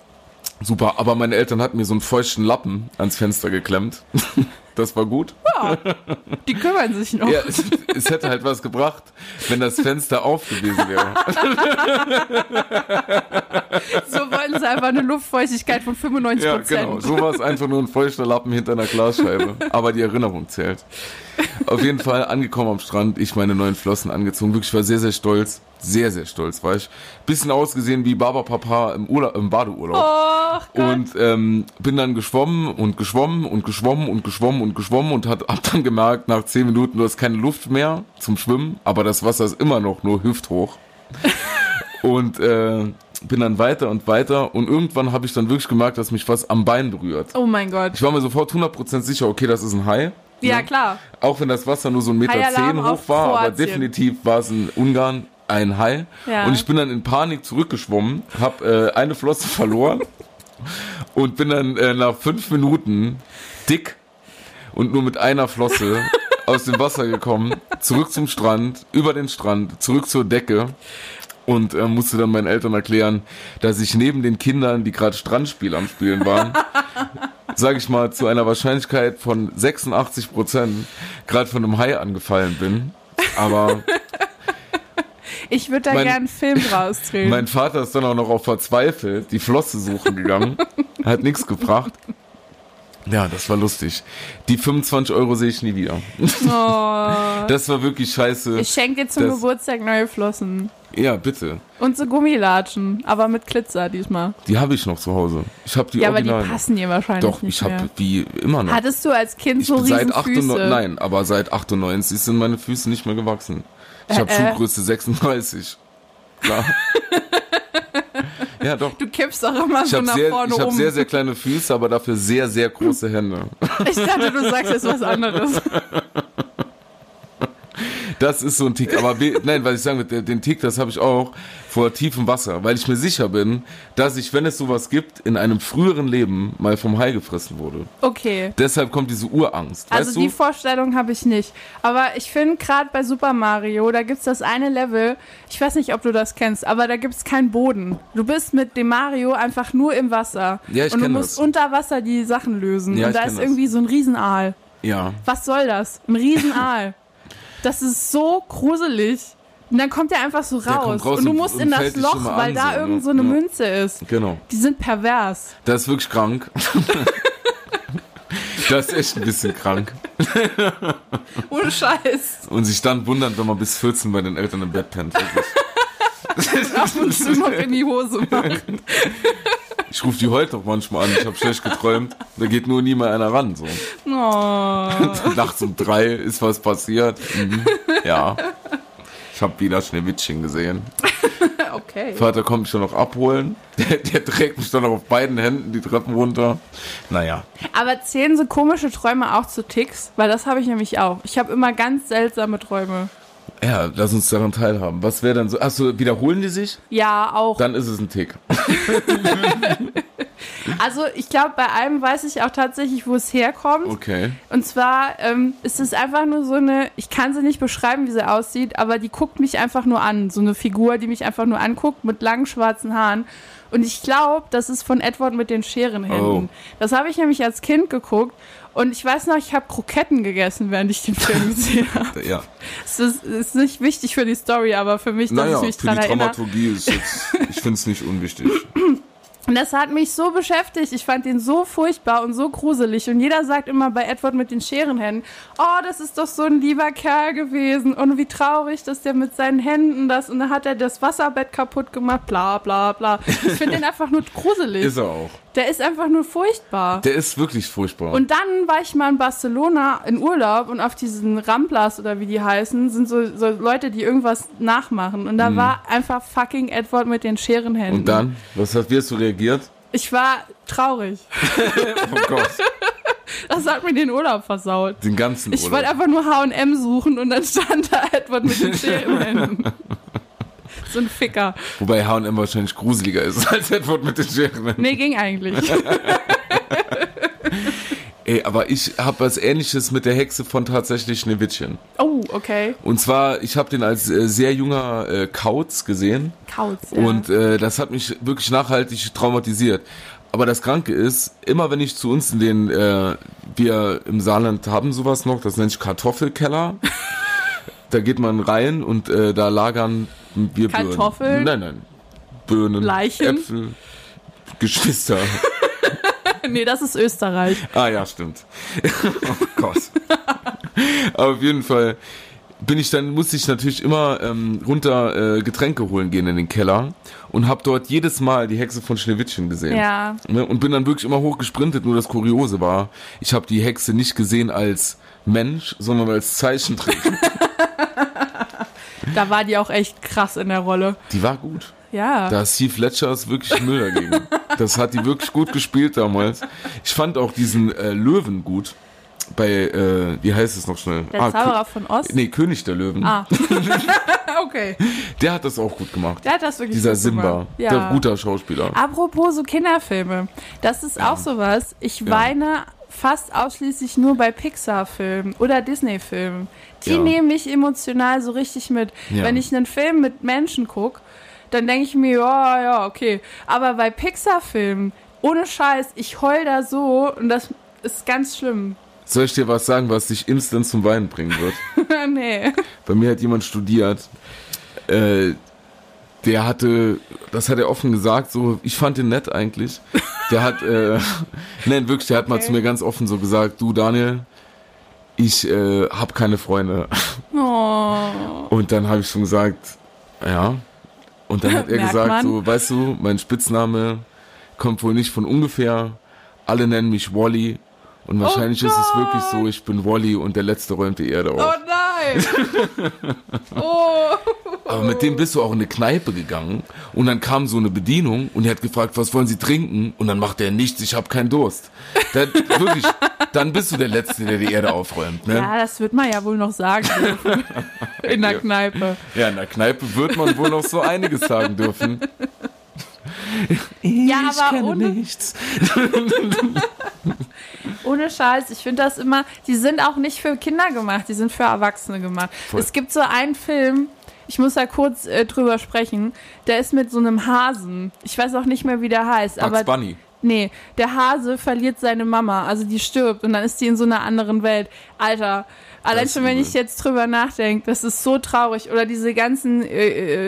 Speaker 2: super aber meine Eltern hatten mir so einen feuchten Lappen ans Fenster geklemmt das war gut
Speaker 3: Die kümmern sich noch.
Speaker 2: Ja, es, es hätte halt was gebracht, wenn das Fenster auf gewesen wäre.
Speaker 3: So wollten sie einfach eine Luftfeuchtigkeit von 95
Speaker 2: Ja,
Speaker 3: Prozent.
Speaker 2: genau. So war es einfach nur ein feuchter Lappen hinter einer Glasscheibe. Aber die Erinnerung zählt. Auf jeden Fall angekommen am Strand, ich meine neuen Flossen angezogen. Wirklich ich war sehr, sehr stolz. Sehr, sehr stolz war ich. Bisschen ausgesehen wie Baba Papa im, Urla im Badeurlaub.
Speaker 3: Och, Gott.
Speaker 2: Und ähm, bin dann geschwommen und geschwommen und geschwommen und geschwommen und geschwommen und hat, hab dann gemerkt, nach zehn Minuten, du hast keine Luft mehr zum Schwimmen, aber das Wasser ist immer noch nur hüfthoch. und äh, bin dann weiter und weiter und irgendwann habe ich dann wirklich gemerkt, dass mich was am Bein berührt.
Speaker 3: oh mein Gott.
Speaker 2: Ich war mir sofort 100% sicher, okay, das ist ein Hai.
Speaker 3: Ja, klar.
Speaker 2: Auch wenn das Wasser nur so 1,10 Meter
Speaker 3: Haialarm
Speaker 2: zehn hoch
Speaker 3: auf
Speaker 2: war, aber
Speaker 3: Kroatien.
Speaker 2: definitiv war es in Ungarn ein Hai.
Speaker 3: Ja.
Speaker 2: Und ich bin dann in Panik zurückgeschwommen, habe äh, eine Flosse verloren und bin dann äh, nach fünf Minuten dick und nur mit einer Flosse aus dem Wasser gekommen, zurück zum Strand, über den Strand, zurück zur Decke und äh, musste dann meinen Eltern erklären, dass ich neben den Kindern, die gerade Strandspiel am Spielen waren, sage ich mal, zu einer Wahrscheinlichkeit von 86 Prozent gerade von einem Hai angefallen bin. Aber
Speaker 3: Ich würde da
Speaker 2: Mein-
Speaker 3: gerne einen Film draus drehen.
Speaker 2: mein Vater ist dann auch noch auf verzweifelt die Flosse suchen gegangen, hat nichts gebracht. Ja, das war lustig. Die 25 Euro sehe ich nie wieder.
Speaker 3: oh.
Speaker 2: Das war wirklich scheiße.
Speaker 3: Ich schenke dir zum
Speaker 2: das-
Speaker 3: Geburtstag neue Flossen.
Speaker 2: Ja, bitte.
Speaker 3: Und so Gummilatschen, aber mit Glitzer diesmal.
Speaker 2: Die habe ich noch zu Hause. Ich habe die
Speaker 3: ja, aber die
Speaker 2: Originalen.
Speaker 3: passen dir wahrscheinlich
Speaker 2: Doch,
Speaker 3: nicht
Speaker 2: ich
Speaker 3: mehr.
Speaker 2: habe die immer noch.
Speaker 3: Hattest du als Kind
Speaker 2: Ich
Speaker 3: so
Speaker 2: bin
Speaker 3: riesen
Speaker 2: seit 98,
Speaker 3: Füße?
Speaker 2: nein, aber seit 98 sind meine Füße nicht mehr gewachsen. Ich habe
Speaker 3: Äh, äh.
Speaker 2: Schuhgröße 36. Klar. ja, doch.
Speaker 3: Du kippst doch immer
Speaker 2: Ich
Speaker 3: so
Speaker 2: habe
Speaker 3: nach
Speaker 2: sehr,
Speaker 3: vorne
Speaker 2: ich hab
Speaker 3: um.
Speaker 2: sehr, sehr kleine Füße, aber dafür sehr, sehr große Hände.
Speaker 3: ich dachte, du sagst jetzt was anderes.
Speaker 2: Das ist so ein Tick. Aber we- nein, was ich sagen will, den Tick, das habe ich auch vor tiefem Wasser, weil ich mir sicher bin, dass ich, wenn es sowas gibt, in einem früheren Leben mal vom Hai gefressen wurde.
Speaker 3: Okay.
Speaker 2: Deshalb kommt diese Urangst.
Speaker 3: Also
Speaker 2: weißt
Speaker 3: die
Speaker 2: du?
Speaker 3: Vorstellung habe ich nicht. Aber ich finde gerade bei Super Mario, da gibt's das eine Level, ich weiß nicht, ob du das kennst, aber da gibt's keinen Boden. Du bist mit dem Mario einfach nur im Wasser.
Speaker 2: Ja, ich
Speaker 3: Und du
Speaker 2: kenn
Speaker 3: musst
Speaker 2: das.
Speaker 3: unter Wasser die Sachen lösen.
Speaker 2: Ja,
Speaker 3: Und
Speaker 2: ich
Speaker 3: da
Speaker 2: kenn
Speaker 3: ist
Speaker 2: das.
Speaker 3: irgendwie so ein Riesenaal.
Speaker 2: Ja.
Speaker 3: Was soll das? Ein Riesenaal. das ist so gruselig. Und dann kommt der einfach so
Speaker 2: kommt
Speaker 3: raus.
Speaker 2: raus
Speaker 3: und du
Speaker 2: und-
Speaker 3: musst
Speaker 2: und
Speaker 3: in das
Speaker 2: fällt dich
Speaker 3: Loch,
Speaker 2: schon mal
Speaker 3: weil
Speaker 2: an,
Speaker 3: da
Speaker 2: so, ne?
Speaker 3: irgend so eine
Speaker 2: Ja.
Speaker 3: Münze ist.
Speaker 2: Genau.
Speaker 3: Die sind pervers.
Speaker 2: Das ist wirklich krank. Das ist echt ein bisschen krank.
Speaker 3: Ohne Scheiß.
Speaker 2: Und sich dann wundern, wenn man bis 14 bei den Eltern im Bett pennt. wirklich.
Speaker 3: Ab und zu noch in die Hose macht.
Speaker 2: Ich rufe die heute auch manchmal an, ich habe schlecht geträumt. Da geht nur nie mal einer ran. So.
Speaker 3: Oh.
Speaker 2: Nachts um drei ist was passiert. Mhm. Ja. Ich habe wieder Schneewittchen gesehen.
Speaker 3: Okay.
Speaker 2: Vater kommt mich dann noch abholen. Der, der trägt mich dann noch auf beiden Händen die Treppen runter. Naja.
Speaker 3: Aber zählen so komische Träume auch zu Ticks? Weil das habe ich nämlich auch. Ich habe immer ganz seltsame Träume.
Speaker 2: Ja, lass uns daran teilhaben. Was wäre dann so? Achso, wiederholen die sich?
Speaker 3: Ja, auch.
Speaker 2: Dann ist es ein Tick.
Speaker 3: Also ich glaube, bei einem weiß ich auch tatsächlich, wo es herkommt.
Speaker 2: Okay.
Speaker 3: Und zwar ähm, ist es einfach nur so eine, ich kann sie nicht beschreiben, wie sie aussieht, aber die guckt mich einfach nur an. So eine Figur, die mich einfach nur anguckt mit langen schwarzen Haaren. Und ich glaube, das ist von Edward mit den Scherenhänden.
Speaker 2: Oh.
Speaker 3: Das habe ich nämlich als Kind geguckt. Und ich weiß noch, ich habe Kroketten gegessen, während ich den Film gesehen habe.
Speaker 2: Ja.
Speaker 3: Es ist, es ist nicht wichtig für die Story, aber für mich, dass
Speaker 2: Naja,
Speaker 3: ich
Speaker 2: für
Speaker 3: mich
Speaker 2: die
Speaker 3: dran erinnere.
Speaker 2: Dramaturgie ist jetzt, ich finde es nicht unwichtig.
Speaker 3: Und das hat mich so beschäftigt. Ich fand den so furchtbar und so gruselig. Und jeder sagt immer bei Edward mit den Scherenhänden, oh, das ist doch so ein lieber Kerl gewesen. Und wie traurig, dass der mit seinen Händen das, und dann hat er das Wasserbett kaputt gemacht, bla bla bla. Ich finde den einfach nur gruselig.
Speaker 2: Ist er auch.
Speaker 3: Der ist einfach nur furchtbar.
Speaker 2: Der ist wirklich furchtbar.
Speaker 3: Und dann war ich mal in Barcelona in Urlaub und auf diesen Ramblas oder wie die heißen, sind so, so Leute, die irgendwas nachmachen. Und da war einfach fucking Edward mit den Scherenhänden.
Speaker 2: Mhm. Und dann? Was hast, wie hast du reagiert?
Speaker 3: Ich war traurig.
Speaker 2: Oh Gott,
Speaker 3: Das hat mir den Urlaub versaut.
Speaker 2: den ganzen
Speaker 3: Ich wollte
Speaker 2: Urlaub.
Speaker 3: einfach nur H&M suchen und dann stand da Edward mit den Scherenhänden. so ein Ficker.
Speaker 2: Wobei H&M wahrscheinlich gruseliger ist als Edward mit den Scheren.
Speaker 3: Nee, ging eigentlich.
Speaker 2: Ey, aber ich habe was ähnliches mit der Hexe von tatsächlich Schneewittchen.
Speaker 3: Oh, okay.
Speaker 2: Und zwar, ich habe den als äh, sehr junger äh, Kauz gesehen.
Speaker 3: Kauz. Ja.
Speaker 2: Und äh, das hat mich wirklich nachhaltig traumatisiert. Aber das Kranke ist, immer wenn ich zu uns in den, äh, wir im Saarland haben sowas noch, das nennt sich Kartoffelkeller. da geht man rein und äh, da lagern wir
Speaker 3: Kartoffeln?
Speaker 2: Birnen. Nein, nein. Birnen,
Speaker 3: Leichen?
Speaker 2: Äpfel, Geschwister.
Speaker 3: nee, das ist Österreich.
Speaker 2: Ah ja, stimmt. oh Gott. Aber auf jeden Fall bin ich dann, musste ich natürlich immer ähm, runter äh, Getränke holen gehen in den Keller und habe dort jedes Mal die Hexe von Schneewittchen gesehen.
Speaker 3: Ja.
Speaker 2: Ne, Und bin dann wirklich immer hochgesprintet, nur das Kuriose war, ich habe die Hexe nicht gesehen als Mensch, sondern als Zeichentrick.
Speaker 3: Da war die auch echt krass in der Rolle.
Speaker 2: Die war gut.
Speaker 3: Ja.
Speaker 2: Da ist Heath Ledger ist wirklich Müll dagegen. Das hat die wirklich gut gespielt damals. Ich fand auch diesen äh, Löwen gut. Bei, äh, wie heißt es noch schnell?
Speaker 3: der
Speaker 2: Ah,
Speaker 3: Zauberer
Speaker 2: Kö-
Speaker 3: von Ost.
Speaker 2: Nee, König der Löwen.
Speaker 3: Ah. okay.
Speaker 2: Der hat das auch gut gemacht.
Speaker 3: Der hat das wirklich
Speaker 2: Dieser
Speaker 3: gut
Speaker 2: Simba.
Speaker 3: gemacht. Ja. Ah.
Speaker 2: Der guter Schauspieler.
Speaker 3: Apropos so Kinderfilme, das ist auch sowas. Ich weine fast ausschließlich nur bei Pixar-Filmen oder Disney-Filmen. Die
Speaker 2: Ja.
Speaker 3: nehmen mich emotional so richtig mit.
Speaker 2: Ja.
Speaker 3: Wenn ich einen Film mit Menschen gucke, dann denke ich mir, ja, ja, okay. Aber bei Pixar-Filmen, ohne Scheiß, ich heul da so und das ist ganz schlimm.
Speaker 2: Soll ich dir was sagen, was dich instant zum Weinen bringen wird?
Speaker 3: nee.
Speaker 2: Bei mir hat jemand studiert, äh, der hatte, das hat er offen gesagt, so, ich fand den nett eigentlich. Der hat, äh, nein, wirklich, der hat mal
Speaker 3: Okay.
Speaker 2: zu mir ganz offen so gesagt, du Daniel, ich äh, habe keine Freunde.
Speaker 3: Oh.
Speaker 2: Und dann habe ich schon gesagt, ja. Und dann hat er
Speaker 3: Merkt
Speaker 2: gesagt,
Speaker 3: man.
Speaker 2: so, weißt du, mein Spitzname kommt wohl nicht von ungefähr. Alle nennen mich Wally.
Speaker 3: Oh
Speaker 2: Und wahrscheinlich ist es wirklich so, ich bin Wally und der Letzte räumt die Erde auf.
Speaker 3: Oh nein! oh!
Speaker 2: Aber mit dem bist du auch in eine Kneipe gegangen und dann kam so eine Bedienung und die hat gefragt, was wollen Sie trinken? Und dann macht er nichts, ich habe keinen Durst. Dann, wirklich, dann bist du der Letzte, der die Erde aufräumt. Ne?
Speaker 3: Ja, das wird man ja wohl noch sagen dürfen. In der Kneipe.
Speaker 2: Ja, in der Kneipe wird man wohl noch so einiges sagen dürfen.
Speaker 3: Ja, aber ohne-
Speaker 2: nichts.
Speaker 3: Ohne Scheiß, ich finde das immer, die sind auch nicht für Kinder gemacht, die sind für Erwachsene gemacht.
Speaker 2: Voll.
Speaker 3: Es gibt so einen Film, ich muss da kurz äh, drüber sprechen, der ist mit so einem Hasen. Ich weiß auch nicht mehr, wie der heißt,
Speaker 2: Bugs
Speaker 3: aber
Speaker 2: Bunny.
Speaker 3: nee, der Hase verliert seine Mama, also die stirbt und dann ist die in so einer anderen Welt. Alter, allein
Speaker 2: Das ist
Speaker 3: schon wenn
Speaker 2: übel.
Speaker 3: ich jetzt drüber nachdenke, das ist so traurig oder diese ganzen äh,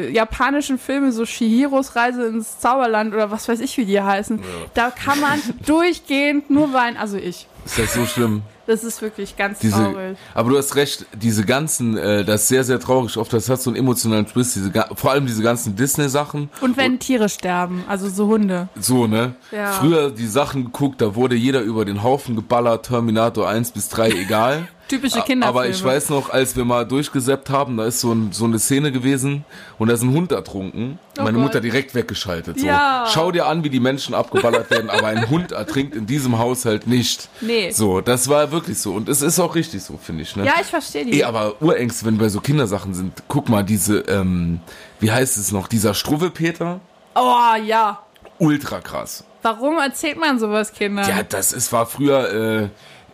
Speaker 3: äh, japanischen Filme so Shihiros Reise ins Zauberland oder was weiß ich, wie die heißen. Da kann man durchgehend nur weinen, also ich.
Speaker 2: Ist das so schlimm?
Speaker 3: Das ist wirklich ganz
Speaker 2: Diese,
Speaker 3: traurig.
Speaker 2: aber du hast recht, diese ganzen, äh, das ist sehr, sehr traurig. Oft, das hat so einen emotionalen Twist, diese, ga- vor allem diese ganzen Disney-Sachen.
Speaker 3: Und wenn Tiere sterben, also so Hunde.
Speaker 2: So, ne?
Speaker 3: Ja.
Speaker 2: Früher die Sachen geguckt, da wurde jeder über den Haufen geballert, Terminator 1 bis 3, egal.
Speaker 3: Typische
Speaker 2: A-
Speaker 3: Kinderfilme.
Speaker 2: Aber ich weiß noch, als wir mal durchgesäppt haben, da ist so, ein, so eine Szene gewesen und da ist ein Hund ertrunken.
Speaker 3: Oh
Speaker 2: Meine
Speaker 3: Gott.
Speaker 2: Mutter direkt weggeschaltet. So.
Speaker 3: Ja.
Speaker 2: Schau dir an, wie die Menschen abgeballert werden, aber ein Hund ertrinkt in diesem Haushalt nicht.
Speaker 3: Nee.
Speaker 2: So, das war wirklich so. Und es ist auch richtig so, finde ich. Ne?
Speaker 3: Ja, ich verstehe die.
Speaker 2: Ey, aber Urängste, wenn wir bei so Kindersachen sind, guck mal, diese, ähm, wie heißt es noch, dieser Struwwelpeter,
Speaker 3: oh ja.
Speaker 2: ultra krass.
Speaker 3: Warum erzählt man sowas Kindern?
Speaker 2: Ja, das ist, war früher, äh,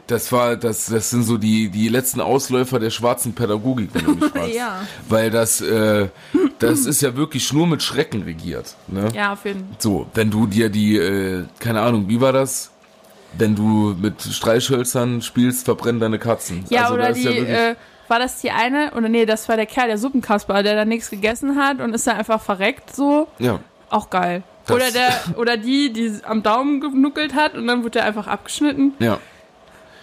Speaker 2: das war, das, das sind so die, die letzten Ausläufer der schwarzen Pädagogik, wenn du mich fragst.
Speaker 3: Ja.
Speaker 2: Weil das, äh, das ist ja wirklich nur mit Schrecken regiert. Ne?
Speaker 3: ja auf jeden Fall.
Speaker 2: So, wenn du dir die, äh, keine Ahnung, wie war das? Wenn du mit Streichhölzern spielst, verbrennen deine Katzen.
Speaker 3: Ja,
Speaker 2: Also, da
Speaker 3: oder
Speaker 2: ist
Speaker 3: die,
Speaker 2: ja wirklich-
Speaker 3: äh, war das die eine? Oder nee, das war der Kerl, der Suppenkasper, der da nichts gegessen hat und ist dann einfach verreckt so.
Speaker 2: ja.
Speaker 3: Auch geil.
Speaker 2: Das-
Speaker 3: Oder der, oder die, die am Daumen genuckelt hat und dann wurde er einfach abgeschnitten.
Speaker 2: Ja.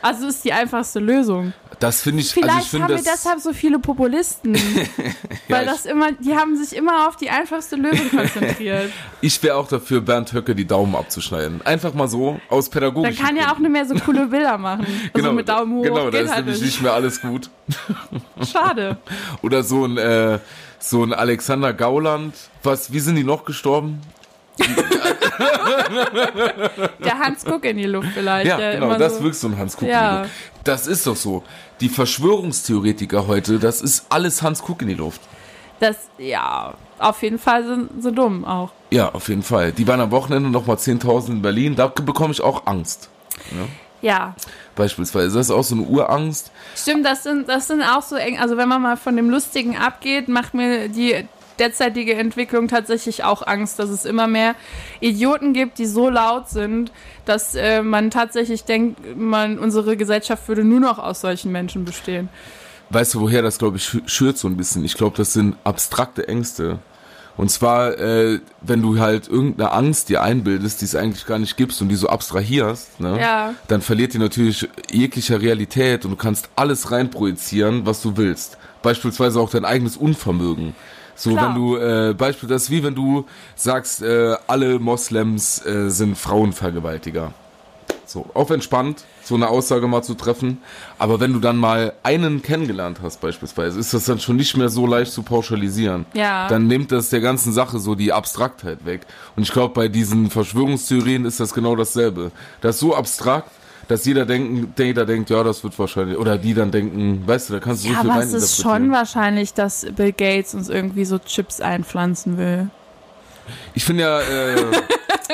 Speaker 3: Also ist die einfachste Lösung.
Speaker 2: Das finde ich,
Speaker 3: Vielleicht
Speaker 2: also ich finde
Speaker 3: haben wir
Speaker 2: das,
Speaker 3: deshalb so viele Populisten. weil
Speaker 2: ich-
Speaker 3: das immer, die haben sich immer auf die einfachste Lösung konzentriert.
Speaker 2: ich wäre auch dafür, Bernd Höcke die Daumen abzuschneiden. Einfach mal so, aus
Speaker 3: Dann
Speaker 2: pädagogischen
Speaker 3: kann ja auch
Speaker 2: Gründen.
Speaker 3: nicht mehr so coole Bilder machen. Also mit Daumen hoch
Speaker 2: Oh, Genau, da
Speaker 3: geht
Speaker 2: ist
Speaker 3: halt
Speaker 2: nämlich
Speaker 3: nicht.
Speaker 2: nicht mehr alles gut.
Speaker 3: Schade.
Speaker 2: Oder so ein, äh, so ein Alexander Gauland. Was, wie sind die noch gestorben?
Speaker 3: Der Hans Guck in die Luft vielleicht.
Speaker 2: Ja,
Speaker 3: der
Speaker 2: genau,
Speaker 3: äh, immer
Speaker 2: das
Speaker 3: so,
Speaker 2: wirkst so ein Hans Kuck.
Speaker 3: Ja.
Speaker 2: Das ist doch so. Die Verschwörungstheoretiker heute, das ist alles Hans Kuck in die Luft.
Speaker 3: das, ja, auf jeden Fall sind so dumm auch.
Speaker 2: Ja, auf jeden Fall. Die waren am Wochenende nochmal 10.000 in Berlin. Da bekomme ich auch Angst.
Speaker 3: Ja,
Speaker 2: Beispielsweise. Das ist auch so eine Urangst.
Speaker 3: stimmt, das sind, das sind auch so eng. Also wenn man mal von dem Lustigen abgeht, macht mir die derzeitige Entwicklung tatsächlich auch Angst, dass es immer mehr Idioten gibt, die so laut sind, dass äh, man tatsächlich denkt, man, unsere Gesellschaft würde nur noch aus solchen Menschen bestehen.
Speaker 2: Weißt du, woher das, glaube ich, schü- schürt so ein bisschen? Ich glaube, das sind abstrakte Ängste. Und zwar, äh, wenn du halt irgendeine Angst dir einbildest, die es eigentlich gar nicht gibst und die so abstrahierst, ne,
Speaker 3: Ja.
Speaker 2: dann verliert die natürlich jeglicher Realität und du kannst alles reinprojizieren, was du willst. Beispielsweise auch dein eigenes Unvermögen. So,
Speaker 3: Klar.
Speaker 2: wenn du, äh, Beispiel, das ist wie wenn du sagst, äh, alle Moslems äh, sind Frauenvergewaltiger. So, auf entspannt, so eine Aussage mal zu treffen. Aber wenn du dann mal einen kennengelernt hast, beispielsweise, ist das dann schon nicht mehr so leicht zu pauschalisieren.
Speaker 3: Ja.
Speaker 2: Dann nimmt das der ganzen Sache so die Abstraktheit weg. Und ich glaube, bei diesen Verschwörungstheorien ist das genau dasselbe. Das ist so abstrakt, dass jeder denken, der jeder denkt, ja, das wird wahrscheinlich, oder die dann denken, weißt du, da kannst du so
Speaker 3: Ja,
Speaker 2: viel
Speaker 3: aber es ist
Speaker 2: reininterpretieren.
Speaker 3: schon wahrscheinlich, dass Bill Gates uns irgendwie so Chips einpflanzen will.
Speaker 2: Ich finde ja, äh,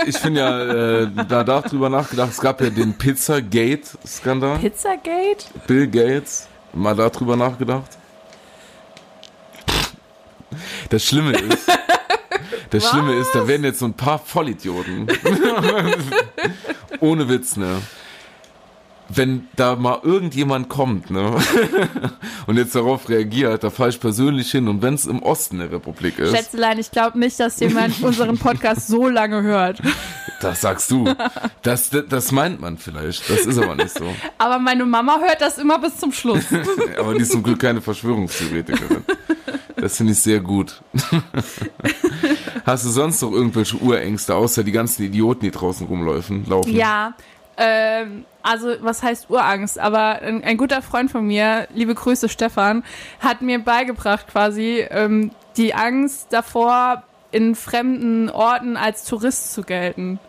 Speaker 2: ich finde ja, äh, da darf drüber nachgedacht, es gab ja den Pizzagate-Skandal.
Speaker 3: Pizzagate?
Speaker 2: Bill Gates, mal darüber nachgedacht? Das Schlimme ist, das Schlimme ist, da werden jetzt so ein paar Vollidioten. Ohne Witz, ne? Wenn da mal irgendjemand kommt, ne? Und jetzt darauf reagiert, da fahre ich persönlich hin. Und wenn es im Osten der Republik ist,
Speaker 3: Schätzelein, ich glaube nicht, dass jemand unseren Podcast so lange hört.
Speaker 2: das sagst du. Das, das, das meint man vielleicht. Das ist aber nicht so.
Speaker 3: Aber meine Mama hört das immer bis zum Schluss.
Speaker 2: Aber die ist zum Glück keine Verschwörungstheoretikerin. Das finde ich sehr gut. Hast du sonst noch irgendwelche Urängste, außer die ganzen Idioten, die draußen rumlaufen? Laufen?
Speaker 3: Ja, ähm, also was heißt Urangst? Aber ein, ein guter Freund von mir, liebe Grüße Stefan, hat mir beigebracht quasi ähm, die Angst davor, in fremden Orten als Tourist zu gelten.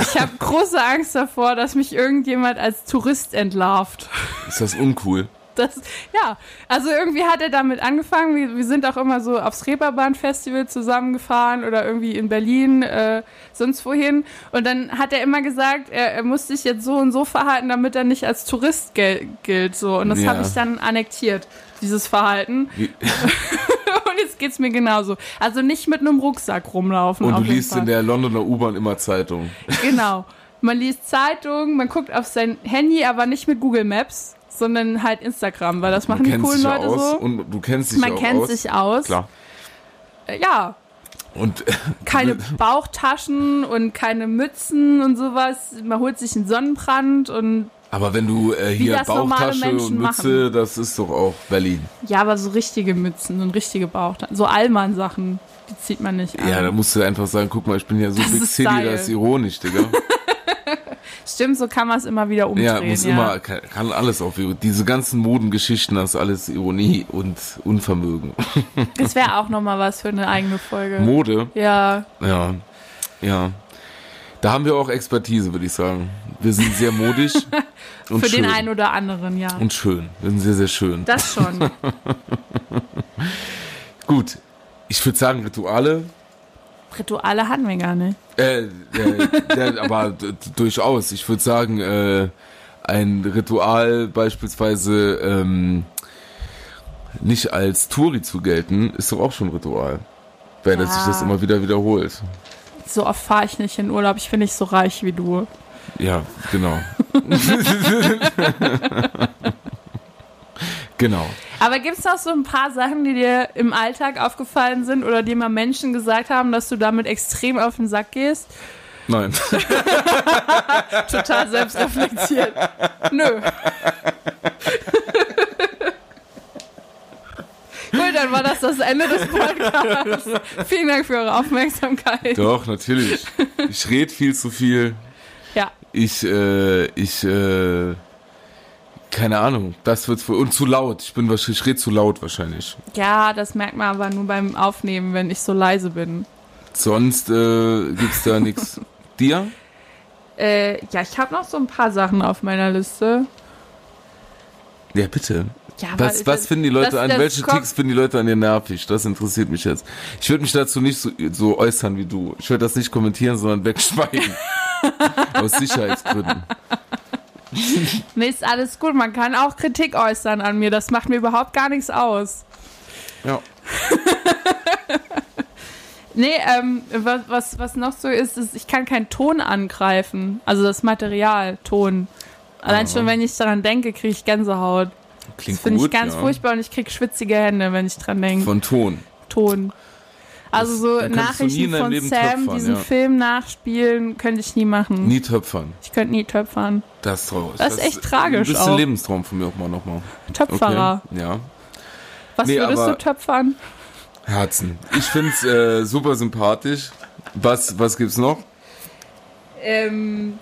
Speaker 3: Ich habe große Angst davor, dass mich irgendjemand als Tourist entlarvt.
Speaker 2: Ist das uncool?
Speaker 3: Das, ja, also irgendwie hat er damit angefangen. Wir, wir sind auch immer so aufs Reeperbahn-Festival zusammengefahren oder irgendwie in Berlin, äh, sonst wohin. Und dann hat er immer gesagt, er, er muss sich jetzt so und so verhalten, damit er nicht als Tourist gel gilt. So. Und das
Speaker 2: Ja.
Speaker 3: habe ich dann annektiert, dieses Verhalten.
Speaker 2: Wie-
Speaker 3: und jetzt geht's mir genauso. Also nicht mit einem Rucksack rumlaufen.
Speaker 2: Und du
Speaker 3: auf jeden
Speaker 2: liest
Speaker 3: Fall.
Speaker 2: in der Londoner U-Bahn immer Zeitung.
Speaker 3: Genau. Man liest Zeitungen, man guckt auf sein Handy, aber nicht mit Google Maps, sondern halt Instagram, weil das machen die
Speaker 2: kennst
Speaker 3: coolen
Speaker 2: dich ja
Speaker 3: Leute
Speaker 2: aus
Speaker 3: so.
Speaker 2: und du kennst dich
Speaker 3: Man
Speaker 2: ja auch
Speaker 3: kennt
Speaker 2: aus.
Speaker 3: sich aus.
Speaker 2: Klar.
Speaker 3: Äh, Ja,
Speaker 2: Und
Speaker 3: keine Bauchtaschen und keine Mützen und sowas. Man holt sich einen Sonnenbrand und
Speaker 2: Aber wenn du äh, hier
Speaker 3: das normale
Speaker 2: Bauchtasche und
Speaker 3: Menschen
Speaker 2: Mütze, das ist doch auch Berlin.
Speaker 3: Ja, aber so richtige Mützen und richtige Bauchtaschen. So Allmann-Sachen, die zieht man nicht an.
Speaker 2: Ja, da musst du einfach sagen, guck mal, ich bin ja so
Speaker 3: Das
Speaker 2: Big
Speaker 3: ist
Speaker 2: City,
Speaker 3: Style.
Speaker 2: das ist ironisch, Digga.
Speaker 3: Stimmt, so kann man es immer wieder umdrehen.
Speaker 2: Ja, muss immer, kann, kann alles auf, diese ganzen Modengeschichten, das ist alles Ironie und Unvermögen.
Speaker 3: Das wäre auch nochmal was für eine eigene Folge.
Speaker 2: Mode,
Speaker 3: ja,
Speaker 2: ja, ja. Da haben wir auch Expertise, würde ich sagen. Wir sind sehr modisch und
Speaker 3: für
Speaker 2: schön.
Speaker 3: den einen oder anderen, ja.
Speaker 2: und schön. Wir sind sehr, sehr schön.
Speaker 3: Das schon.
Speaker 2: Gut, ich würde sagen, Rituale,
Speaker 3: Rituale hatten wir gar nicht.
Speaker 2: Äh, äh, ja, aber d- d- durchaus. Ich würde sagen, äh, ein Ritual beispielsweise ähm, nicht als Touri zu gelten, ist doch auch schon ein Ritual. Weil dass sich das
Speaker 3: Ja.
Speaker 2: immer wieder wiederholt.
Speaker 3: So oft fahre ich nicht in Urlaub. Ich bin nicht so reich wie du.
Speaker 2: Ja, genau. genau.
Speaker 3: Aber gibt es noch so ein paar Sachen, die dir im Alltag aufgefallen sind oder dir mal Menschen gesagt haben, dass du damit extrem auf den Sack gehst?
Speaker 2: Nein.
Speaker 3: Total selbstreflektiert. Nö. Gut, dann war das das Ende des Podcasts. Vielen Dank für eure Aufmerksamkeit.
Speaker 2: Doch, natürlich. Ich rede viel zu viel.
Speaker 3: Ja.
Speaker 2: Ich, äh, ich, äh, keine Ahnung. Das wird's wohl. Und zu laut. Ich bin wahrscheinlich, ich rede zu laut wahrscheinlich.
Speaker 3: ja, das merkt man aber nur beim Aufnehmen, wenn ich so leise bin.
Speaker 2: Sonst äh, gibt's da nichts. Dir?
Speaker 3: Äh, ja, ich habe noch so ein paar Sachen auf meiner Liste.
Speaker 2: Ja, bitte.
Speaker 3: Ja,
Speaker 2: Was,
Speaker 3: aber-
Speaker 2: was finden die Leute
Speaker 3: das-
Speaker 2: an,
Speaker 3: das
Speaker 2: welche
Speaker 3: kommt-
Speaker 2: Ticks finden die Leute an dir nervig? Das interessiert mich jetzt. Ich würde mich dazu nicht so, so äußern wie du. Ich würde das nicht kommentieren, sondern wegschweigen. Aus Sicherheitsgründen.
Speaker 3: Nee, ist alles gut. Man kann auch Kritik äußern an mir. Das macht mir überhaupt gar nichts aus.
Speaker 2: Ja.
Speaker 3: Nee, ähm, was, was, was noch so ist, ist, ich kann keinen Ton angreifen. Also das Material, Ton. Allein schon, wenn ich daran denke, kriege ich Gänsehaut. Das
Speaker 2: Ah. Klingt
Speaker 3: finde ich
Speaker 2: gut.
Speaker 3: ganz
Speaker 2: ja.
Speaker 3: furchtbar und ich kriege schwitzige Hände, wenn ich dran denke.
Speaker 2: Von Ton.
Speaker 3: Ton. Also so
Speaker 2: dann kannst du nie in
Speaker 3: Nachrichten
Speaker 2: deinem
Speaker 3: von
Speaker 2: Leben
Speaker 3: Sam,
Speaker 2: töpfern,
Speaker 3: diesen
Speaker 2: ja.
Speaker 3: Film nachspielen, könnte ich nie machen.
Speaker 2: Nie töpfern.
Speaker 3: Ich könnte nie töpfern.
Speaker 2: Das ist traurig.
Speaker 3: Das ist echt tragisch
Speaker 2: Ein bisschen
Speaker 3: auch.
Speaker 2: Lebenstraum von mir auch mal nochmal.
Speaker 3: Töpferer.
Speaker 2: Ja.
Speaker 3: Was
Speaker 2: Nee,
Speaker 3: würdest
Speaker 2: aber-
Speaker 3: du töpfern?
Speaker 2: Herzen. Ich find's äh, super sympathisch. Was, was gibt's noch?
Speaker 3: Ähm,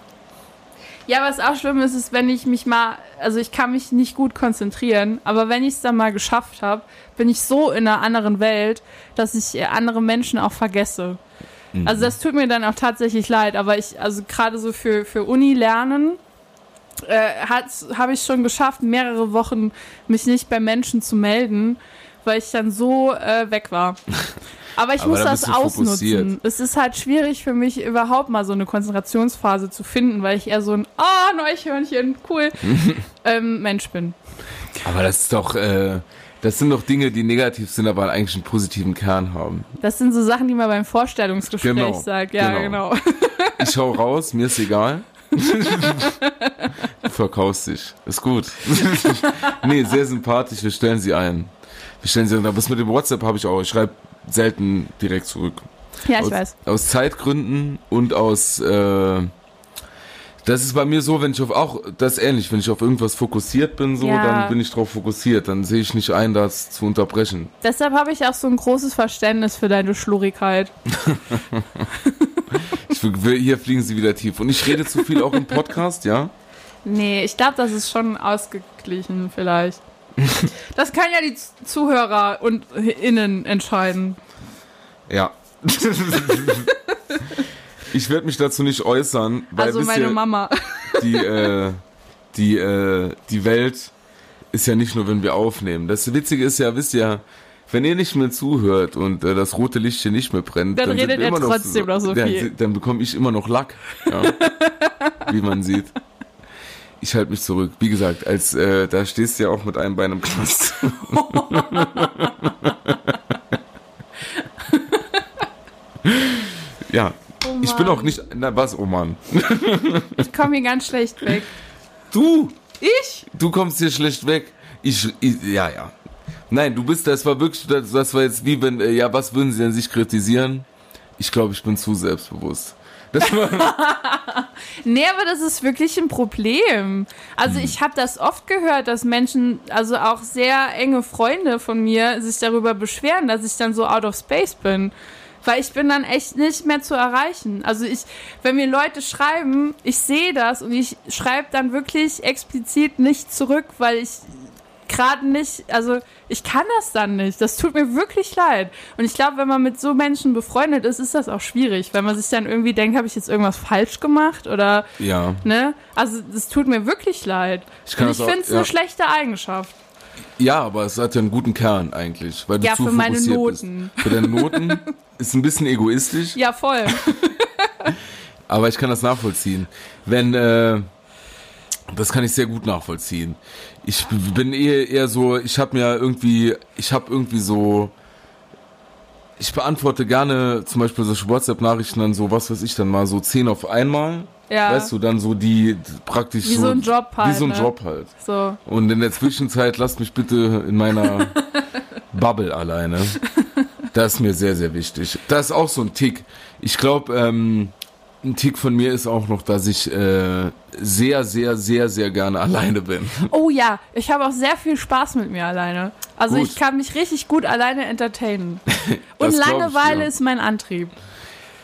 Speaker 3: ja, was auch schlimm ist, ist, wenn ich mich mal, also ich kann mich nicht gut konzentrieren, aber wenn ich es dann mal geschafft habe, bin ich so in einer anderen Welt, dass ich äh, andere Menschen auch vergesse. Also das tut mir dann auch tatsächlich leid, aber ich, also gerade so für, für Uni lernen, äh, habe ich schon geschafft, mehrere Wochen mich nicht bei Menschen zu melden, weil ich dann so äh, weg war. Aber ich
Speaker 2: Aber
Speaker 3: muss
Speaker 2: da
Speaker 3: das
Speaker 2: bist du
Speaker 3: ausnutzen.
Speaker 2: fokussiert.
Speaker 3: Es ist halt schwierig für mich, überhaupt mal so eine Konzentrationsphase zu finden, weil ich eher so ein Ah, Neuchhörnchen, cool ähm, Mensch bin.
Speaker 2: Aber das ist doch, äh, das sind doch Dinge, die negativ sind, aber eigentlich einen positiven Kern haben.
Speaker 3: Das sind so Sachen, die man beim Vorstellungsgespräch
Speaker 2: Genau,
Speaker 3: sagt. Ja,
Speaker 2: genau.
Speaker 3: genau.
Speaker 2: Ich hau raus, mir ist egal. Du Verkaufst dich. Ist gut. nee, sehr sympathisch. Wir stellen sie ein. Wir stellen sie ein. Aber das mit dem WhatsApp habe ich auch. Ich schreibe selten direkt zurück.
Speaker 3: Ja, ich
Speaker 2: aus,
Speaker 3: weiß.
Speaker 2: Aus Zeitgründen und aus. Äh, das ist bei mir so, wenn ich auf auch das ist ähnlich, wenn ich auf irgendwas fokussiert bin, so,
Speaker 3: Ja.
Speaker 2: dann bin ich drauf fokussiert. Dann sehe ich nicht ein, das zu unterbrechen.
Speaker 3: Deshalb habe ich auch so ein großes Verständnis für deine Schlurigkeit.
Speaker 2: Ich will, hier fliegen sie wieder tief. Und ich rede zu viel auch im Podcast, ja?
Speaker 3: Nee, ich glaube, das ist schon ausgeglichen vielleicht. Das können ja die Z- Zuhörer und Innen entscheiden.
Speaker 2: Ja. ich werde mich dazu nicht äußern, weil
Speaker 3: Also
Speaker 2: wisst
Speaker 3: meine
Speaker 2: ihr,
Speaker 3: Mama.
Speaker 2: die, äh, die, äh, die Welt ist ja nicht nur, wenn wir aufnehmen. Das Witzige ist ja, wisst ihr, wenn ihr nicht mehr zuhört und äh, das rote Licht hier nicht mehr brennt,
Speaker 3: Dann
Speaker 2: dann, sind
Speaker 3: redet
Speaker 2: wir
Speaker 3: ihr
Speaker 2: immer noch
Speaker 3: trotzdem noch so
Speaker 2: dann,
Speaker 3: viel.
Speaker 2: Dann bekomme ich immer noch Lack, ja, wie man sieht. Ich halte mich zurück. Wie gesagt, als äh, da stehst du ja auch mit einem Bein im Knast. ja,
Speaker 3: Oh
Speaker 2: ich bin auch
Speaker 3: Mann.
Speaker 2: nicht. Na was, oh Mann.
Speaker 3: Ich komme hier ganz schlecht weg.
Speaker 2: Du!
Speaker 3: Ich?
Speaker 2: du kommst hier schlecht weg. Ich, ich ja, ja. Nein, du bist, das war wirklich, das, das war jetzt wie wenn, äh, ja, was würden sie denn sich kritisieren? Ich glaube, ich bin zu selbstbewusst. Das war,
Speaker 3: Nee, aber das ist wirklich ein Problem. Also ich habe das oft gehört, dass Menschen, also auch sehr enge Freunde von mir, sich darüber beschweren, dass ich dann so out of space bin. Weil ich bin dann echt nicht mehr zu erreichen. Also ich, wenn mir Leute schreiben, ich sehe das und ich schreibe dann wirklich explizit nicht zurück, weil ich gerade nicht, also ich kann das dann nicht. Das tut mir wirklich leid. Und ich glaube, wenn man mit so Menschen befreundet ist, ist das auch schwierig, wenn man sich dann irgendwie denkt, habe ich jetzt irgendwas falsch gemacht oder
Speaker 2: ja.
Speaker 3: ne? Also das tut mir wirklich leid.
Speaker 2: Ich kann
Speaker 3: Und
Speaker 2: das
Speaker 3: ich
Speaker 2: auch-
Speaker 3: finde es
Speaker 2: ja.
Speaker 3: eine schlechte Eigenschaft.
Speaker 2: Ja, aber es hat ja einen guten Kern eigentlich, weil du
Speaker 3: Ja,
Speaker 2: zu
Speaker 3: für meine
Speaker 2: fokussiert
Speaker 3: Noten.
Speaker 2: bist. Für deine Noten ist ein bisschen egoistisch,
Speaker 3: Ja, voll.
Speaker 2: aber ich kann das nachvollziehen. Wenn äh, das kann ich sehr gut nachvollziehen. Ich b- bin eher, eher so, ich habe mir irgendwie, ich habe irgendwie so ich beantworte gerne zum Beispiel solche WhatsApp-Nachrichten dann so, was weiß ich dann mal, so zehn auf einmal.
Speaker 3: Ja.
Speaker 2: Weißt du, dann so die praktisch
Speaker 3: Wie so ein Job
Speaker 2: Wie
Speaker 3: halt,
Speaker 2: so ein
Speaker 3: ne?
Speaker 2: Job halt.
Speaker 3: So.
Speaker 2: Und in der Zwischenzeit lasst mich bitte in meiner Bubble alleine. Das ist mir sehr, sehr wichtig. Das ist auch so ein Tick. Ich glaube, ähm, ein Tick von mir ist auch noch, dass ich äh, sehr, sehr, sehr, sehr gerne alleine bin.
Speaker 3: Oh ja, ich habe auch sehr viel Spaß mit mir alleine. Also
Speaker 2: Gut.
Speaker 3: ich kann mich richtig gut alleine entertainen.
Speaker 2: Das glaub
Speaker 3: Und
Speaker 2: ich,
Speaker 3: Langeweile
Speaker 2: ja.
Speaker 3: ist mein Antrieb.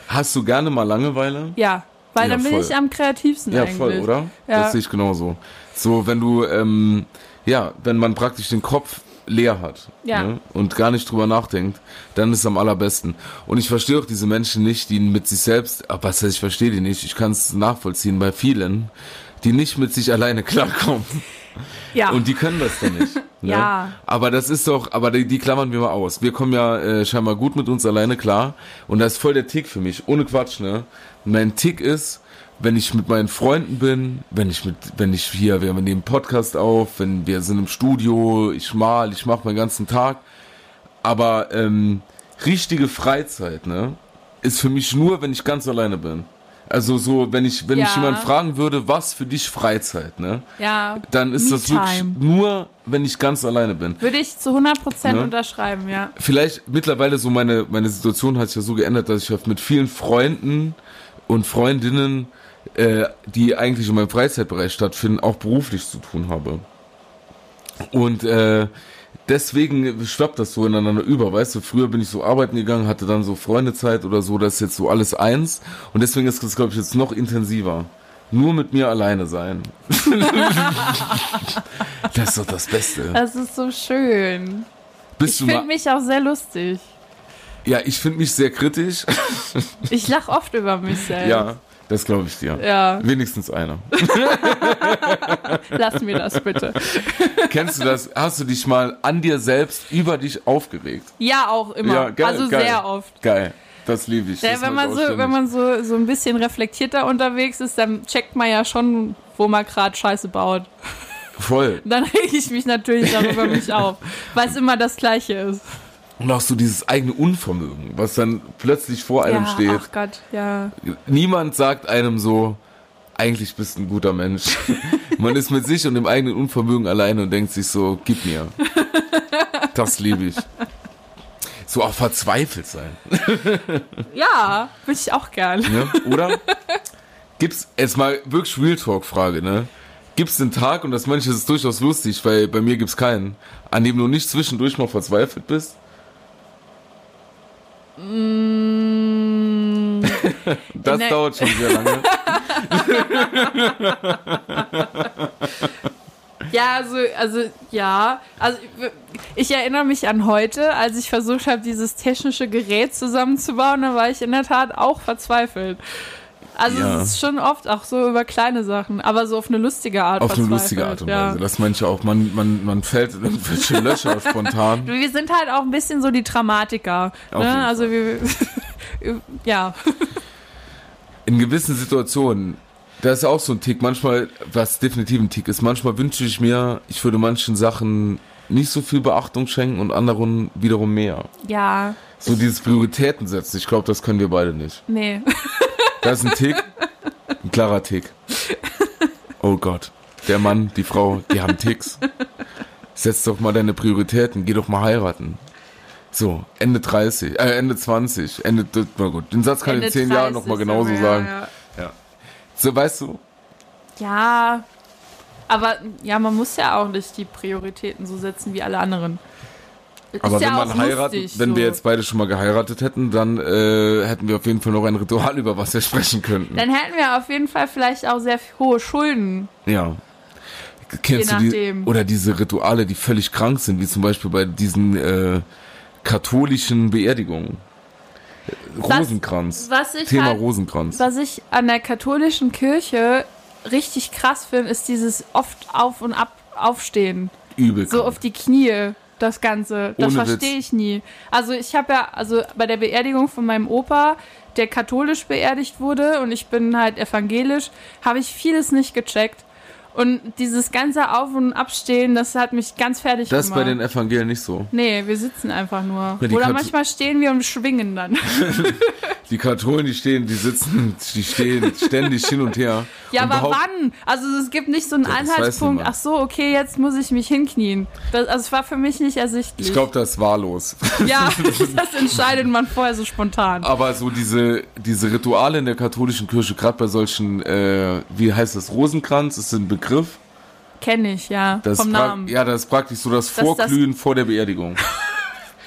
Speaker 2: Hast du gerne mal Langeweile?
Speaker 3: Ja, weil
Speaker 2: Ja,
Speaker 3: dann bin
Speaker 2: voll.
Speaker 3: ich am kreativsten
Speaker 2: Ja,
Speaker 3: eigentlich.
Speaker 2: voll, oder?
Speaker 3: Ja.
Speaker 2: Das sehe ich genauso. So, wenn du, ähm, ja, wenn man praktisch den Kopf leer hat
Speaker 3: Ja.
Speaker 2: ne, und gar nicht drüber nachdenkt, dann ist es am allerbesten. Und ich verstehe auch diese Menschen nicht, die mit sich selbst, aber was heißt, ich verstehe die nicht, ich kann es nachvollziehen bei vielen, die nicht mit sich alleine klarkommen.
Speaker 3: Ja.
Speaker 2: Und die können das dann nicht. Ne?
Speaker 3: Ja.
Speaker 2: Aber das ist doch, aber die, die klammern wir mal aus. Wir kommen ja äh, scheinbar gut mit uns alleine klar. Und das ist voll der Tick für mich. Ohne Quatsch, ne? Mein Tick ist, wenn ich mit meinen Freunden bin, wenn ich mit, wenn ich hier, wir nehmen Podcast auf, wenn wir sind im Studio, ich mal, ich mache meinen ganzen Tag. Aber ähm, richtige Freizeit, ne? Ist für mich nur, wenn ich ganz alleine bin. Also so, wenn ich, wenn mich
Speaker 3: Ja.
Speaker 2: jemand fragen würde, was für dich Freizeit, ne?
Speaker 3: ja.
Speaker 2: dann ist das wirklich
Speaker 3: Me-Time.
Speaker 2: nur, wenn ich ganz alleine bin.
Speaker 3: Würde ich zu 100%
Speaker 2: Ne?
Speaker 3: unterschreiben, ja.
Speaker 2: Vielleicht mittlerweile so meine, meine Situation hat sich ja so geändert, dass ich halt mit vielen Freunden und Freundinnen, äh, die eigentlich in meinem Freizeitbereich stattfinden, auch beruflich zu tun habe. Und äh, deswegen schwappt das so ineinander über, weißt du, früher bin ich so arbeiten gegangen, hatte dann so Freundezeit oder so, das ist jetzt so alles eins. Und deswegen ist das, glaube ich, jetzt noch intensiver. Nur mit mir alleine sein. das ist doch das Beste.
Speaker 3: Das ist so schön.
Speaker 2: Bist
Speaker 3: Äh, Ich finde mich auch sehr lustig.
Speaker 2: Ja, ich finde mich sehr kritisch.
Speaker 3: Ich lache oft über mich selbst.
Speaker 2: Ja, das glaube ich dir.
Speaker 3: Ja,
Speaker 2: Wenigstens einer.
Speaker 3: lass mir das bitte.
Speaker 2: Kennst du das? Hast du dich mal an dir selbst über dich aufgeregt?
Speaker 3: Ja, auch immer.
Speaker 2: Ja, geil,
Speaker 3: also
Speaker 2: geil.
Speaker 3: sehr oft.
Speaker 2: Geil. Das liebe ich.
Speaker 3: Ja,
Speaker 2: Das
Speaker 3: wenn
Speaker 2: mach ich
Speaker 3: man,
Speaker 2: auch
Speaker 3: so,
Speaker 2: ständig.
Speaker 3: wenn man so, so ein bisschen reflektierter unterwegs ist, dann checkt man ja schon, wo man gerade Scheiße baut.
Speaker 2: Voll.
Speaker 3: Dann reg ich mich natürlich darüber mich auf, weil es immer das Gleiche ist.
Speaker 2: Und auch so dieses eigene Unvermögen, was dann plötzlich vor einem
Speaker 3: ja,
Speaker 2: steht.
Speaker 3: ach Gott, ja.
Speaker 2: Niemand sagt einem so, eigentlich bist du ein guter Mensch. man ist mit sich und dem eigenen Unvermögen alleine und denkt sich so, gib mir. Das liebe ich. So auch verzweifelt sein.
Speaker 3: Ja, würde ich auch gern.
Speaker 2: Ne? Oder? Gibt's, jetzt mal wirklich Real Talk-Frage, ne? Gibt's den Tag, und das meine ich, das ist durchaus lustig, weil bei mir gibt's keinen, an dem du nicht zwischendurch mal verzweifelt bist?
Speaker 3: Mm.
Speaker 2: das
Speaker 3: ne-
Speaker 2: dauert schon sehr lange.
Speaker 3: Ja, also, also ja. Also ich erinnere mich an heute, als ich versucht habe, dieses technische Gerät zusammenzubauen, da war ich in der Tat auch verzweifelt. Also
Speaker 2: Ja.
Speaker 3: es ist schon oft auch so über kleine Sachen, aber so auf eine lustige Art.
Speaker 2: Auf eine
Speaker 3: verzweifelt,
Speaker 2: lustige Art und
Speaker 3: ja.
Speaker 2: Weise. Das meine ich auch. Man, man, man fällt in irgendwelche Löcher spontan.
Speaker 3: Wir sind halt auch ein bisschen so die Dramatiker.
Speaker 2: Auf jeden
Speaker 3: Ne? Also wir. ja.
Speaker 2: In gewissen Situationen, das ist auch so ein Tick, manchmal, was definitiv ein Tick ist, manchmal wünsche ich mir, ich würde manchen Sachen nicht so viel Beachtung schenken und anderen wiederum mehr.
Speaker 3: Ja.
Speaker 2: So dieses Prioritäten setzen, ich glaube, das können wir beide nicht.
Speaker 3: Nee.
Speaker 2: Das ist ein Tick, ein klarer Tick. Oh Gott, der Mann, die Frau, die haben Ticks. Setz doch mal deine Prioritäten, geh doch mal heiraten. So, Ende 30, äh, Ende 20, Ende, na gut, den Satz kann ich in
Speaker 3: Ende
Speaker 2: 10 Jahren
Speaker 3: 30
Speaker 2: nochmal genauso
Speaker 3: ja,
Speaker 2: sagen.
Speaker 3: Ja.
Speaker 2: So, weißt du,
Speaker 3: ja, aber ja, man muss ja auch nicht die Prioritäten so setzen wie alle anderen. Ist
Speaker 2: aber wenn
Speaker 3: ja
Speaker 2: man
Speaker 3: auch
Speaker 2: heiratet,
Speaker 3: lustig,
Speaker 2: wenn
Speaker 3: so.
Speaker 2: wir jetzt beide schon mal geheiratet hätten, dann äh, hätten wir auf jeden Fall noch ein Ritual, über was wir sprechen könnten.
Speaker 3: Dann hätten wir auf jeden Fall vielleicht auch sehr hohe Schulden.
Speaker 2: Ja. Kennst
Speaker 3: Je
Speaker 2: du die,
Speaker 3: nachdem.
Speaker 2: oder diese Rituale, die völlig krank sind, wie zum Beispiel bei diesen äh, katholischen Beerdigungen.
Speaker 3: Was-
Speaker 2: Rosenkranz.
Speaker 3: was ich
Speaker 2: Thema
Speaker 3: halt-
Speaker 2: Rosenkranz.
Speaker 3: Was ich an der katholischen Kirche richtig krass finde, ist dieses oft auf und ab aufstehen.
Speaker 2: Übel.
Speaker 3: So
Speaker 2: krank.
Speaker 3: auf die Knie, das Ganze. Das
Speaker 2: Ohne
Speaker 3: verstehe
Speaker 2: Witz.
Speaker 3: ich nie. Also ich habe ja, also bei der Beerdigung von meinem Opa, der katholisch beerdigt wurde und ich bin halt evangelisch, habe ich vieles nicht gecheckt. Und dieses ganze Auf- und Abstehen, das hat mich ganz fertig
Speaker 2: das ist
Speaker 3: gemacht.
Speaker 2: bei den Evangelien nicht so.
Speaker 3: nee, wir sitzen einfach nur.
Speaker 2: Ja, die
Speaker 3: Oder
Speaker 2: Katho-
Speaker 3: manchmal stehen wir und schwingen dann.
Speaker 2: Die Katholen, die stehen, die sitzen, die stehen ständig hin und her.
Speaker 3: Ja,
Speaker 2: und
Speaker 3: aber
Speaker 2: behaupten-
Speaker 3: wann? Also es gibt nicht so einen
Speaker 2: Ja, das weiß
Speaker 3: Anhaltspunkt,
Speaker 2: niemand.
Speaker 3: ach so, okay, jetzt muss ich mich hinknien. Das, also es war für mich nicht ersichtlich.
Speaker 2: Ich glaube, das ist wahllos.
Speaker 3: ja, das entscheidet man vorher so spontan.
Speaker 2: Aber so diese, diese Rituale in der katholischen Kirche, gerade bei solchen, äh, wie heißt das, Rosenkranz, ist ein Begriff.
Speaker 3: Kenne ich, ja,
Speaker 2: Das
Speaker 3: vom
Speaker 2: ist pra-
Speaker 3: Namen.
Speaker 2: Ja, das ist praktisch so das
Speaker 3: Das- das-
Speaker 2: Vorglühen vor der Beerdigung.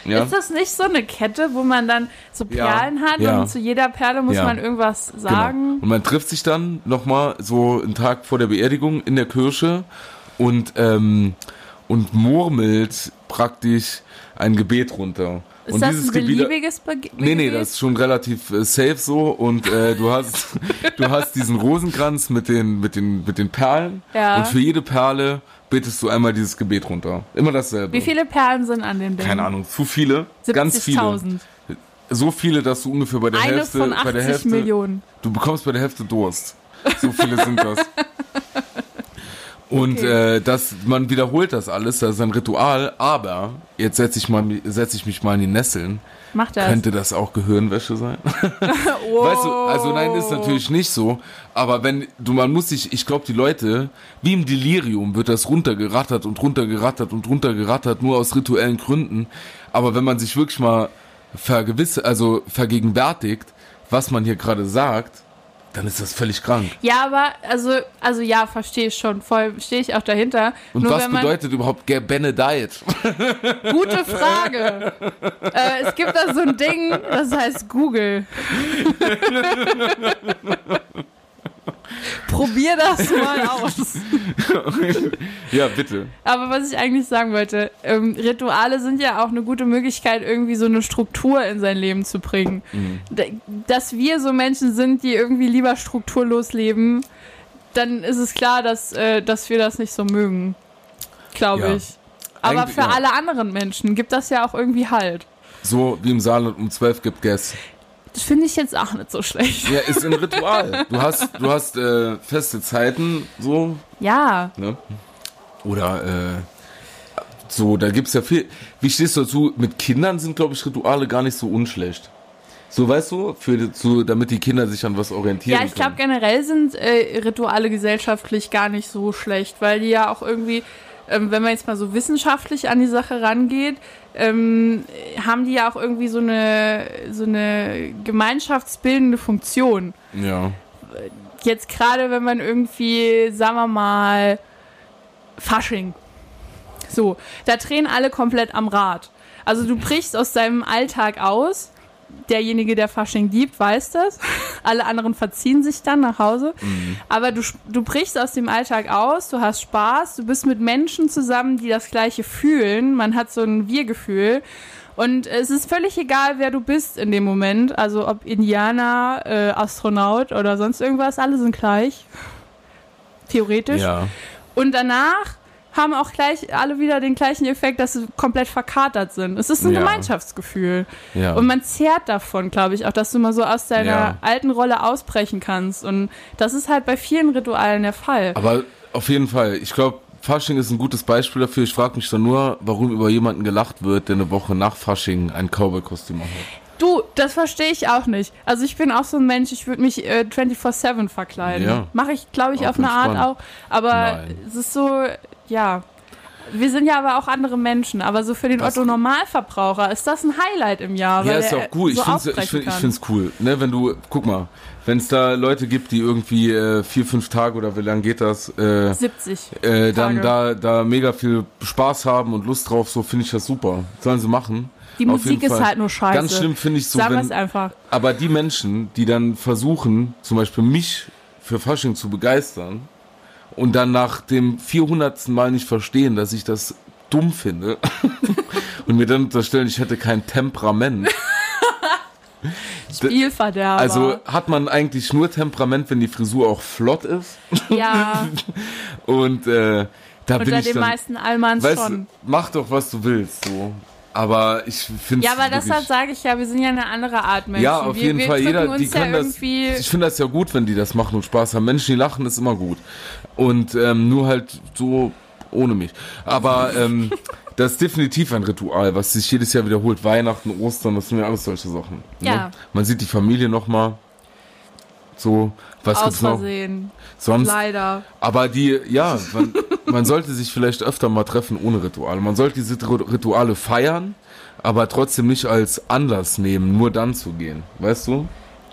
Speaker 2: ja?
Speaker 3: Ist das nicht so eine Kette, wo man dann so
Speaker 2: Ja,
Speaker 3: Perlen hat
Speaker 2: ja.
Speaker 3: und zu jeder Perle muss
Speaker 2: Ja.
Speaker 3: man irgendwas
Speaker 2: genau.
Speaker 3: sagen?
Speaker 2: Und man trifft sich dann nochmal so einen Tag vor der Beerdigung in der Kirche und, ähm, und murmelt praktisch ein Gebet runter.
Speaker 3: Ist
Speaker 2: und
Speaker 3: das
Speaker 2: dieses
Speaker 3: ein
Speaker 2: Gebet-
Speaker 3: beliebiges Bege
Speaker 2: Nee, nee,
Speaker 3: Gebet?
Speaker 2: das ist schon relativ äh, safe so und äh, du hast du hast diesen Rosenkranz mit den mit den mit den Perlen
Speaker 3: Ja.
Speaker 2: und für jede Perle betest du einmal dieses Gebet runter. Immer dasselbe.
Speaker 3: Wie viele Perlen sind an dem Ding?
Speaker 2: Keine Ahnung, zu viele, ganz viele.
Speaker 3: 70.000.
Speaker 2: So viele, dass du ungefähr bei der
Speaker 3: Eine
Speaker 2: Hälfte
Speaker 3: von
Speaker 2: bei der
Speaker 3: 80
Speaker 2: Hälfte
Speaker 3: Millionen.
Speaker 2: du bekommst bei der Hälfte Durst. So viele sind das. Und äh, das, man wiederholt das alles, das ist ein Ritual, aber jetzt setze ich, mal- setz ich mich mal in die Nesseln.
Speaker 3: Mach das.
Speaker 2: Könnte das auch Gehirnwäsche sein? Weißt du, also nein, ist natürlich nicht so. Aber wenn du, man muss sich, ich glaube, die Leute, wie im Delirium wird das runtergerattert und runtergerattert und runtergerattert, nur aus rituellen Gründen. Aber wenn man sich wirklich mal vergewisse, also vergegenwärtigt, was man hier gerade sagt, dann ist das völlig krank.
Speaker 3: Ja, aber also, also ja, verstehe ich schon. Voll stehe ich auch dahinter.
Speaker 2: Und
Speaker 3: Nur
Speaker 2: was
Speaker 3: wenn man
Speaker 2: bedeutet überhaupt Ger- Benedict?
Speaker 3: gute Frage. äh, es gibt da so ein Ding, das heißt Google. Probier das mal aus.
Speaker 2: ja, bitte.
Speaker 3: Aber was ich eigentlich sagen wollte, ähm, Rituale sind ja auch eine gute Möglichkeit, irgendwie so eine Struktur in sein Leben zu bringen.
Speaker 2: Mhm.
Speaker 3: D- Dass wir so Menschen sind, die irgendwie lieber strukturlos leben, dann ist es klar, dass, äh, dass wir das nicht so mögen. Glaube
Speaker 2: Ja.
Speaker 3: ich. Aber
Speaker 2: Eigentlich,
Speaker 3: für
Speaker 2: ja.
Speaker 3: alle anderen Menschen gibt das ja auch irgendwie Halt.
Speaker 2: So wie im Saarland um 12 gibt Gas.
Speaker 3: Das finde ich jetzt auch nicht so schlecht.
Speaker 2: Ja, ist ein Ritual. Du hast, du hast äh, feste Zeiten, so,
Speaker 3: Ja,
Speaker 2: Ne? Oder äh, so, da gibt's ja viel. Wie stehst du dazu? Mit Kindern sind, glaube ich, Rituale gar nicht so unschlecht. So, weißt du, für, die- so, damit die Kinder sich an was orientieren
Speaker 3: ja ich glaube
Speaker 2: können.
Speaker 3: generell sind äh, Rituale gesellschaftlich gar nicht so schlecht, weil die ja auch irgendwie, ähm, wenn man jetzt mal so wissenschaftlich an die Sache rangeht, ähm, äh, haben die ja auch irgendwie so eine, so eine gemeinschaftsbildende Funktion.
Speaker 2: Ja.
Speaker 3: Jetzt gerade, wenn man irgendwie, sagen wir mal, Fasching. So, da drehen alle komplett am Rad. Also du brichst aus deinem Alltag aus. Derjenige, der Fasching liebt, weiß das. Alle anderen verziehen sich dann nach Hause. Aber du, sch- du brichst aus dem Alltag aus, du hast Spaß, du bist mit Menschen zusammen, die das Gleiche fühlen. Man hat so ein Wir-Gefühl. Und es ist völlig egal, wer du bist in dem Moment. Also ob Indianer, äh, Astronaut oder sonst irgendwas, alle sind gleich. Theoretisch.
Speaker 2: Ja.
Speaker 3: Und danach haben auch gleich alle wieder den gleichen Effekt, dass sie komplett verkatert sind. Es ist ein
Speaker 2: Ja.
Speaker 3: Gemeinschaftsgefühl.
Speaker 2: Ja.
Speaker 3: Und man zehrt davon, glaube ich, auch, dass du mal so aus deiner
Speaker 2: Ja.
Speaker 3: alten Rolle ausbrechen kannst. Und das ist halt bei vielen Ritualen der Fall.
Speaker 2: Aber auf jeden Fall, ich glaube, Fasching ist ein gutes Beispiel dafür. Ich frage mich dann nur, warum über jemanden gelacht wird, der eine Woche nach Fasching ein Cowboy-Kostüm hat.
Speaker 3: Du, das verstehe ich auch nicht. Also ich bin auch so ein Mensch, ich würde mich äh, 24-7 verkleiden.
Speaker 2: Ja.
Speaker 3: Mache ich, glaube ich,
Speaker 2: Auch
Speaker 3: auf eine Art
Speaker 2: entspannt.
Speaker 3: auch. Aber
Speaker 2: Nein.
Speaker 3: es ist so, ja. Wir sind ja aber auch andere Menschen, aber so für den
Speaker 2: Was?
Speaker 3: Otto Normalverbraucher ist das ein Highlight im Jahr.
Speaker 2: Ja,
Speaker 3: weil
Speaker 2: ist ja
Speaker 3: er
Speaker 2: auch cool. Ich
Speaker 3: So
Speaker 2: finde es ich
Speaker 3: aufbrechen
Speaker 2: find, ich
Speaker 3: kann.
Speaker 2: find's cool. Ne, wenn du, guck mal, wenn es da Leute gibt, die irgendwie äh, vier, fünf Tage oder wie lange geht das, äh,
Speaker 3: 70.
Speaker 2: äh, dann
Speaker 3: Tage.
Speaker 2: da, da mega viel Spaß haben und Lust drauf, so finde ich das super. Sollen sie machen.
Speaker 3: Die
Speaker 2: Auf
Speaker 3: Musik
Speaker 2: jeden
Speaker 3: ist
Speaker 2: Fall.
Speaker 3: halt nur scheiße.
Speaker 2: Ganz schlimm finde ich so,
Speaker 3: Sagen wir
Speaker 2: wenn,
Speaker 3: es einfach.
Speaker 2: aber die Menschen, die dann versuchen, zum Beispiel mich für Fasching zu begeistern und dann nach dem 400. Mal nicht verstehen, dass ich das dumm finde und mir dann unterstellen, ich hätte kein Temperament.
Speaker 3: Spielverderber.
Speaker 2: Also hat man eigentlich nur Temperament, wenn die Frisur auch flott ist
Speaker 3: ja,
Speaker 2: und äh, da bin
Speaker 3: unter
Speaker 2: ich
Speaker 3: den
Speaker 2: dann,
Speaker 3: meisten Allmanns
Speaker 2: weißt,
Speaker 3: schon.
Speaker 2: du, mach doch was du willst, so. Aber ich finde
Speaker 3: Ja, aber deshalb sage ich ja, wir sind ja eine andere Art Menschen.
Speaker 2: Ja, auf
Speaker 3: wir,
Speaker 2: jeden
Speaker 3: wir
Speaker 2: Fall.
Speaker 3: drücken
Speaker 2: Jeder,
Speaker 3: uns
Speaker 2: die
Speaker 3: ja
Speaker 2: können das.
Speaker 3: irgendwie
Speaker 2: Ich finde das ja gut, wenn die das machen und Spaß haben. Menschen, die lachen, ist immer gut. Und ähm, nur halt so ohne mich. Aber ähm, das ist definitiv ein Ritual, was sich jedes Jahr wiederholt. Weihnachten, Ostern, das sind ja alles solche Sachen.
Speaker 3: Ja.
Speaker 2: Ne? Man sieht die Familie nochmal. So, was
Speaker 3: aus
Speaker 2: gibt's noch?
Speaker 3: Versehen.
Speaker 2: Sonst.
Speaker 3: Leider.
Speaker 2: Aber die, ja, man, man sollte sich vielleicht öfter mal treffen ohne Rituale. Man sollte diese Rit- Rituale feiern, aber trotzdem nicht als Anlass nehmen, nur dann zu gehen. Weißt du?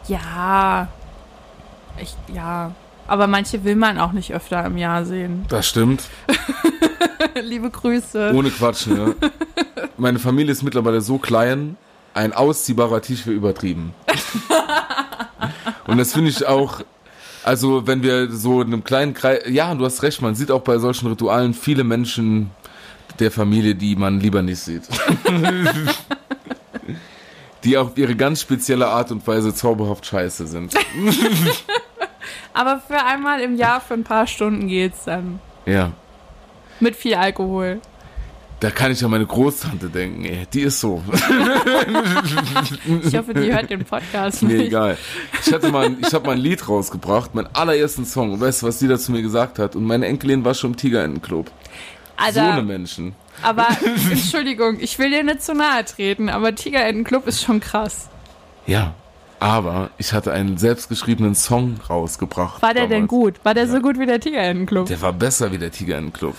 Speaker 3: Ja. Ich, ja. Aber manche will man auch nicht öfter im Jahr sehen.
Speaker 2: Das stimmt.
Speaker 3: Liebe Grüße.
Speaker 2: Ohne Quatsch, ne? Meine Familie ist mittlerweile so klein, ein ausziehbarer Tisch wäre übertrieben. Und das finde ich auch, also wenn wir so in einem kleinen Kreis, ja, du hast recht, man sieht auch bei solchen Ritualen viele Menschen der Familie, die man lieber nicht sieht. die auf ihre ganz spezielle Art und Weise zauberhaft scheiße sind.
Speaker 3: Aber für einmal im Jahr für ein paar Stunden geht's dann.
Speaker 2: Ja.
Speaker 3: Mit viel Alkohol.
Speaker 2: Da kann ich an meine Großtante denken, ey. Die ist so.
Speaker 3: Ich hoffe, die hört den Podcast
Speaker 2: Mir
Speaker 3: nicht.
Speaker 2: egal. Ich, hatte mal, ein- ich habe mal ein Lied rausgebracht, meinen allerersten Song. Und weißt du, was die da zu mir gesagt hat? Und meine Enkelin war schon im Tigerentenclub. So eine
Speaker 3: Alter,
Speaker 2: Menschen.
Speaker 3: Also, aber Entschuldigung, ich will dir nicht zu nahe treten, aber Tigerentenclub ist schon krass.
Speaker 2: Ja. Aber ich hatte einen selbstgeschriebenen Song rausgebracht.
Speaker 3: War der denn
Speaker 2: damals.
Speaker 3: gut? War der so gut wie der Tigerentenclub?
Speaker 2: Der war besser wie der Tigerentenclub.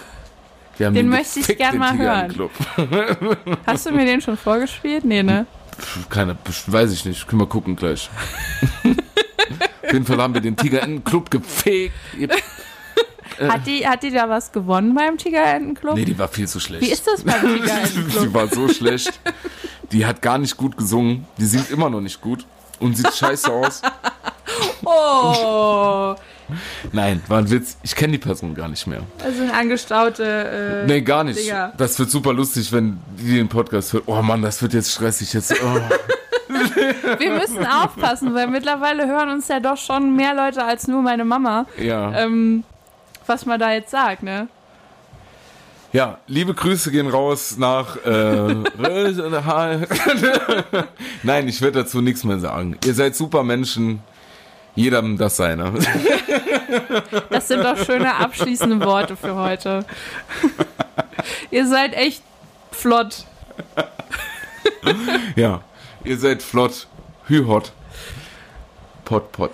Speaker 2: Wir haben
Speaker 3: Den möchte ich
Speaker 2: gefickt,
Speaker 3: gern
Speaker 2: den
Speaker 3: mal hören.
Speaker 2: Tigerentenclub.
Speaker 3: Hast du mir den schon vorgespielt? Nee, ne?
Speaker 2: Pff, Keine, pff, weiß ich nicht. Können wir gucken gleich. Auf jeden Fall haben wir den Tigerentenclub gefegt.
Speaker 3: Hat die, hat die da was gewonnen beim Tigerentenclub?
Speaker 2: Äh. Nee, die war viel zu schlecht.
Speaker 3: Wie ist das beim
Speaker 2: Die
Speaker 3: Tigerentenclub?
Speaker 2: war so schlecht. Die hat gar nicht gut gesungen. Die singt immer noch nicht gut. Und sieht scheiße aus.
Speaker 3: Oh,
Speaker 2: Nein, war ein Witz. Ich kenne die Person gar nicht mehr.
Speaker 3: das sind angestaute. Äh,
Speaker 2: Nee, gar nicht.
Speaker 3: Digga.
Speaker 2: Das wird super lustig, wenn die den Podcast hört. Oh Mann, das wird jetzt stressig. Jetzt, oh.
Speaker 3: Wir müssen aufpassen, weil mittlerweile hören uns ja doch schon mehr Leute als nur meine Mama.
Speaker 2: Ja.
Speaker 3: Ähm, was man da jetzt sagt, ne?
Speaker 2: ja, liebe Grüße gehen raus nach. Äh, Nein, ich werde dazu nichts mehr sagen. Ihr seid super Menschen. Jedem das seine.
Speaker 3: Das sind doch schöne abschließende Worte für heute. Ihr seid echt flott.
Speaker 2: Ja, ihr seid flott. Hü-hot. Pot, pot.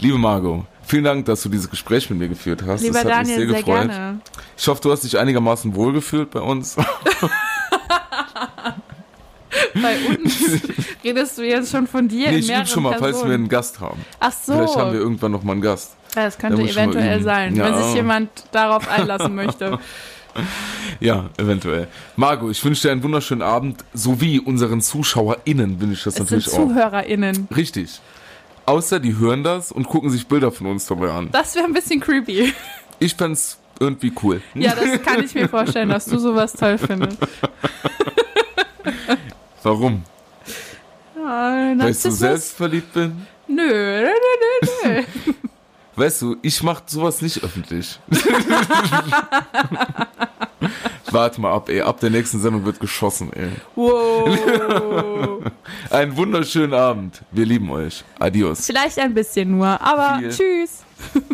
Speaker 2: Liebe Margot, vielen Dank, dass du dieses Gespräch mit mir geführt hast.
Speaker 3: Lieber
Speaker 2: das hat
Speaker 3: Daniel,
Speaker 2: mich
Speaker 3: sehr,
Speaker 2: sehr gefreut.
Speaker 3: gerne.
Speaker 2: Ich hoffe, du hast dich einigermaßen wohlgefühlt bei uns.
Speaker 3: Bei uns redest du jetzt schon von dir
Speaker 2: nee,
Speaker 3: in
Speaker 2: ich
Speaker 3: mehreren
Speaker 2: übe schon mal,
Speaker 3: Personen.
Speaker 2: falls wir einen Gast haben.
Speaker 3: Ach so.
Speaker 2: Vielleicht haben wir irgendwann noch mal einen Gast.
Speaker 3: Ja, das könnte
Speaker 2: Da muss ich mal
Speaker 3: eventuell
Speaker 2: üben.
Speaker 3: sein, wenn
Speaker 2: Ja.
Speaker 3: sich jemand darauf einlassen möchte.
Speaker 2: Ja, eventuell. Margot, ich wünsche dir einen wunderschönen Abend, sowie unseren ZuschauerInnen wünsche ich das
Speaker 3: Es sind
Speaker 2: natürlich auch.
Speaker 3: ZuhörerInnen.
Speaker 2: Richtig. Außer die hören das und gucken sich Bilder von uns dabei an.
Speaker 3: Das wäre ein bisschen creepy.
Speaker 2: Ich fänd's irgendwie cool.
Speaker 3: Ja, das kann ich mir vorstellen, dass du sowas toll findest.
Speaker 2: Warum?
Speaker 3: Ah,
Speaker 2: Weil ich so
Speaker 3: Narzissmus?
Speaker 2: selbstverliebt bin?
Speaker 3: Nö, nö, nö, nö, nö.
Speaker 2: Weißt du, ich mach sowas nicht öffentlich. Warte mal ab, ey. Ab der nächsten Sendung wird geschossen, ey.
Speaker 3: Wow.
Speaker 2: Einen wunderschönen Abend. Wir lieben euch. Adios.
Speaker 3: Vielleicht ein bisschen nur, aber
Speaker 2: Viel.
Speaker 3: tschüss.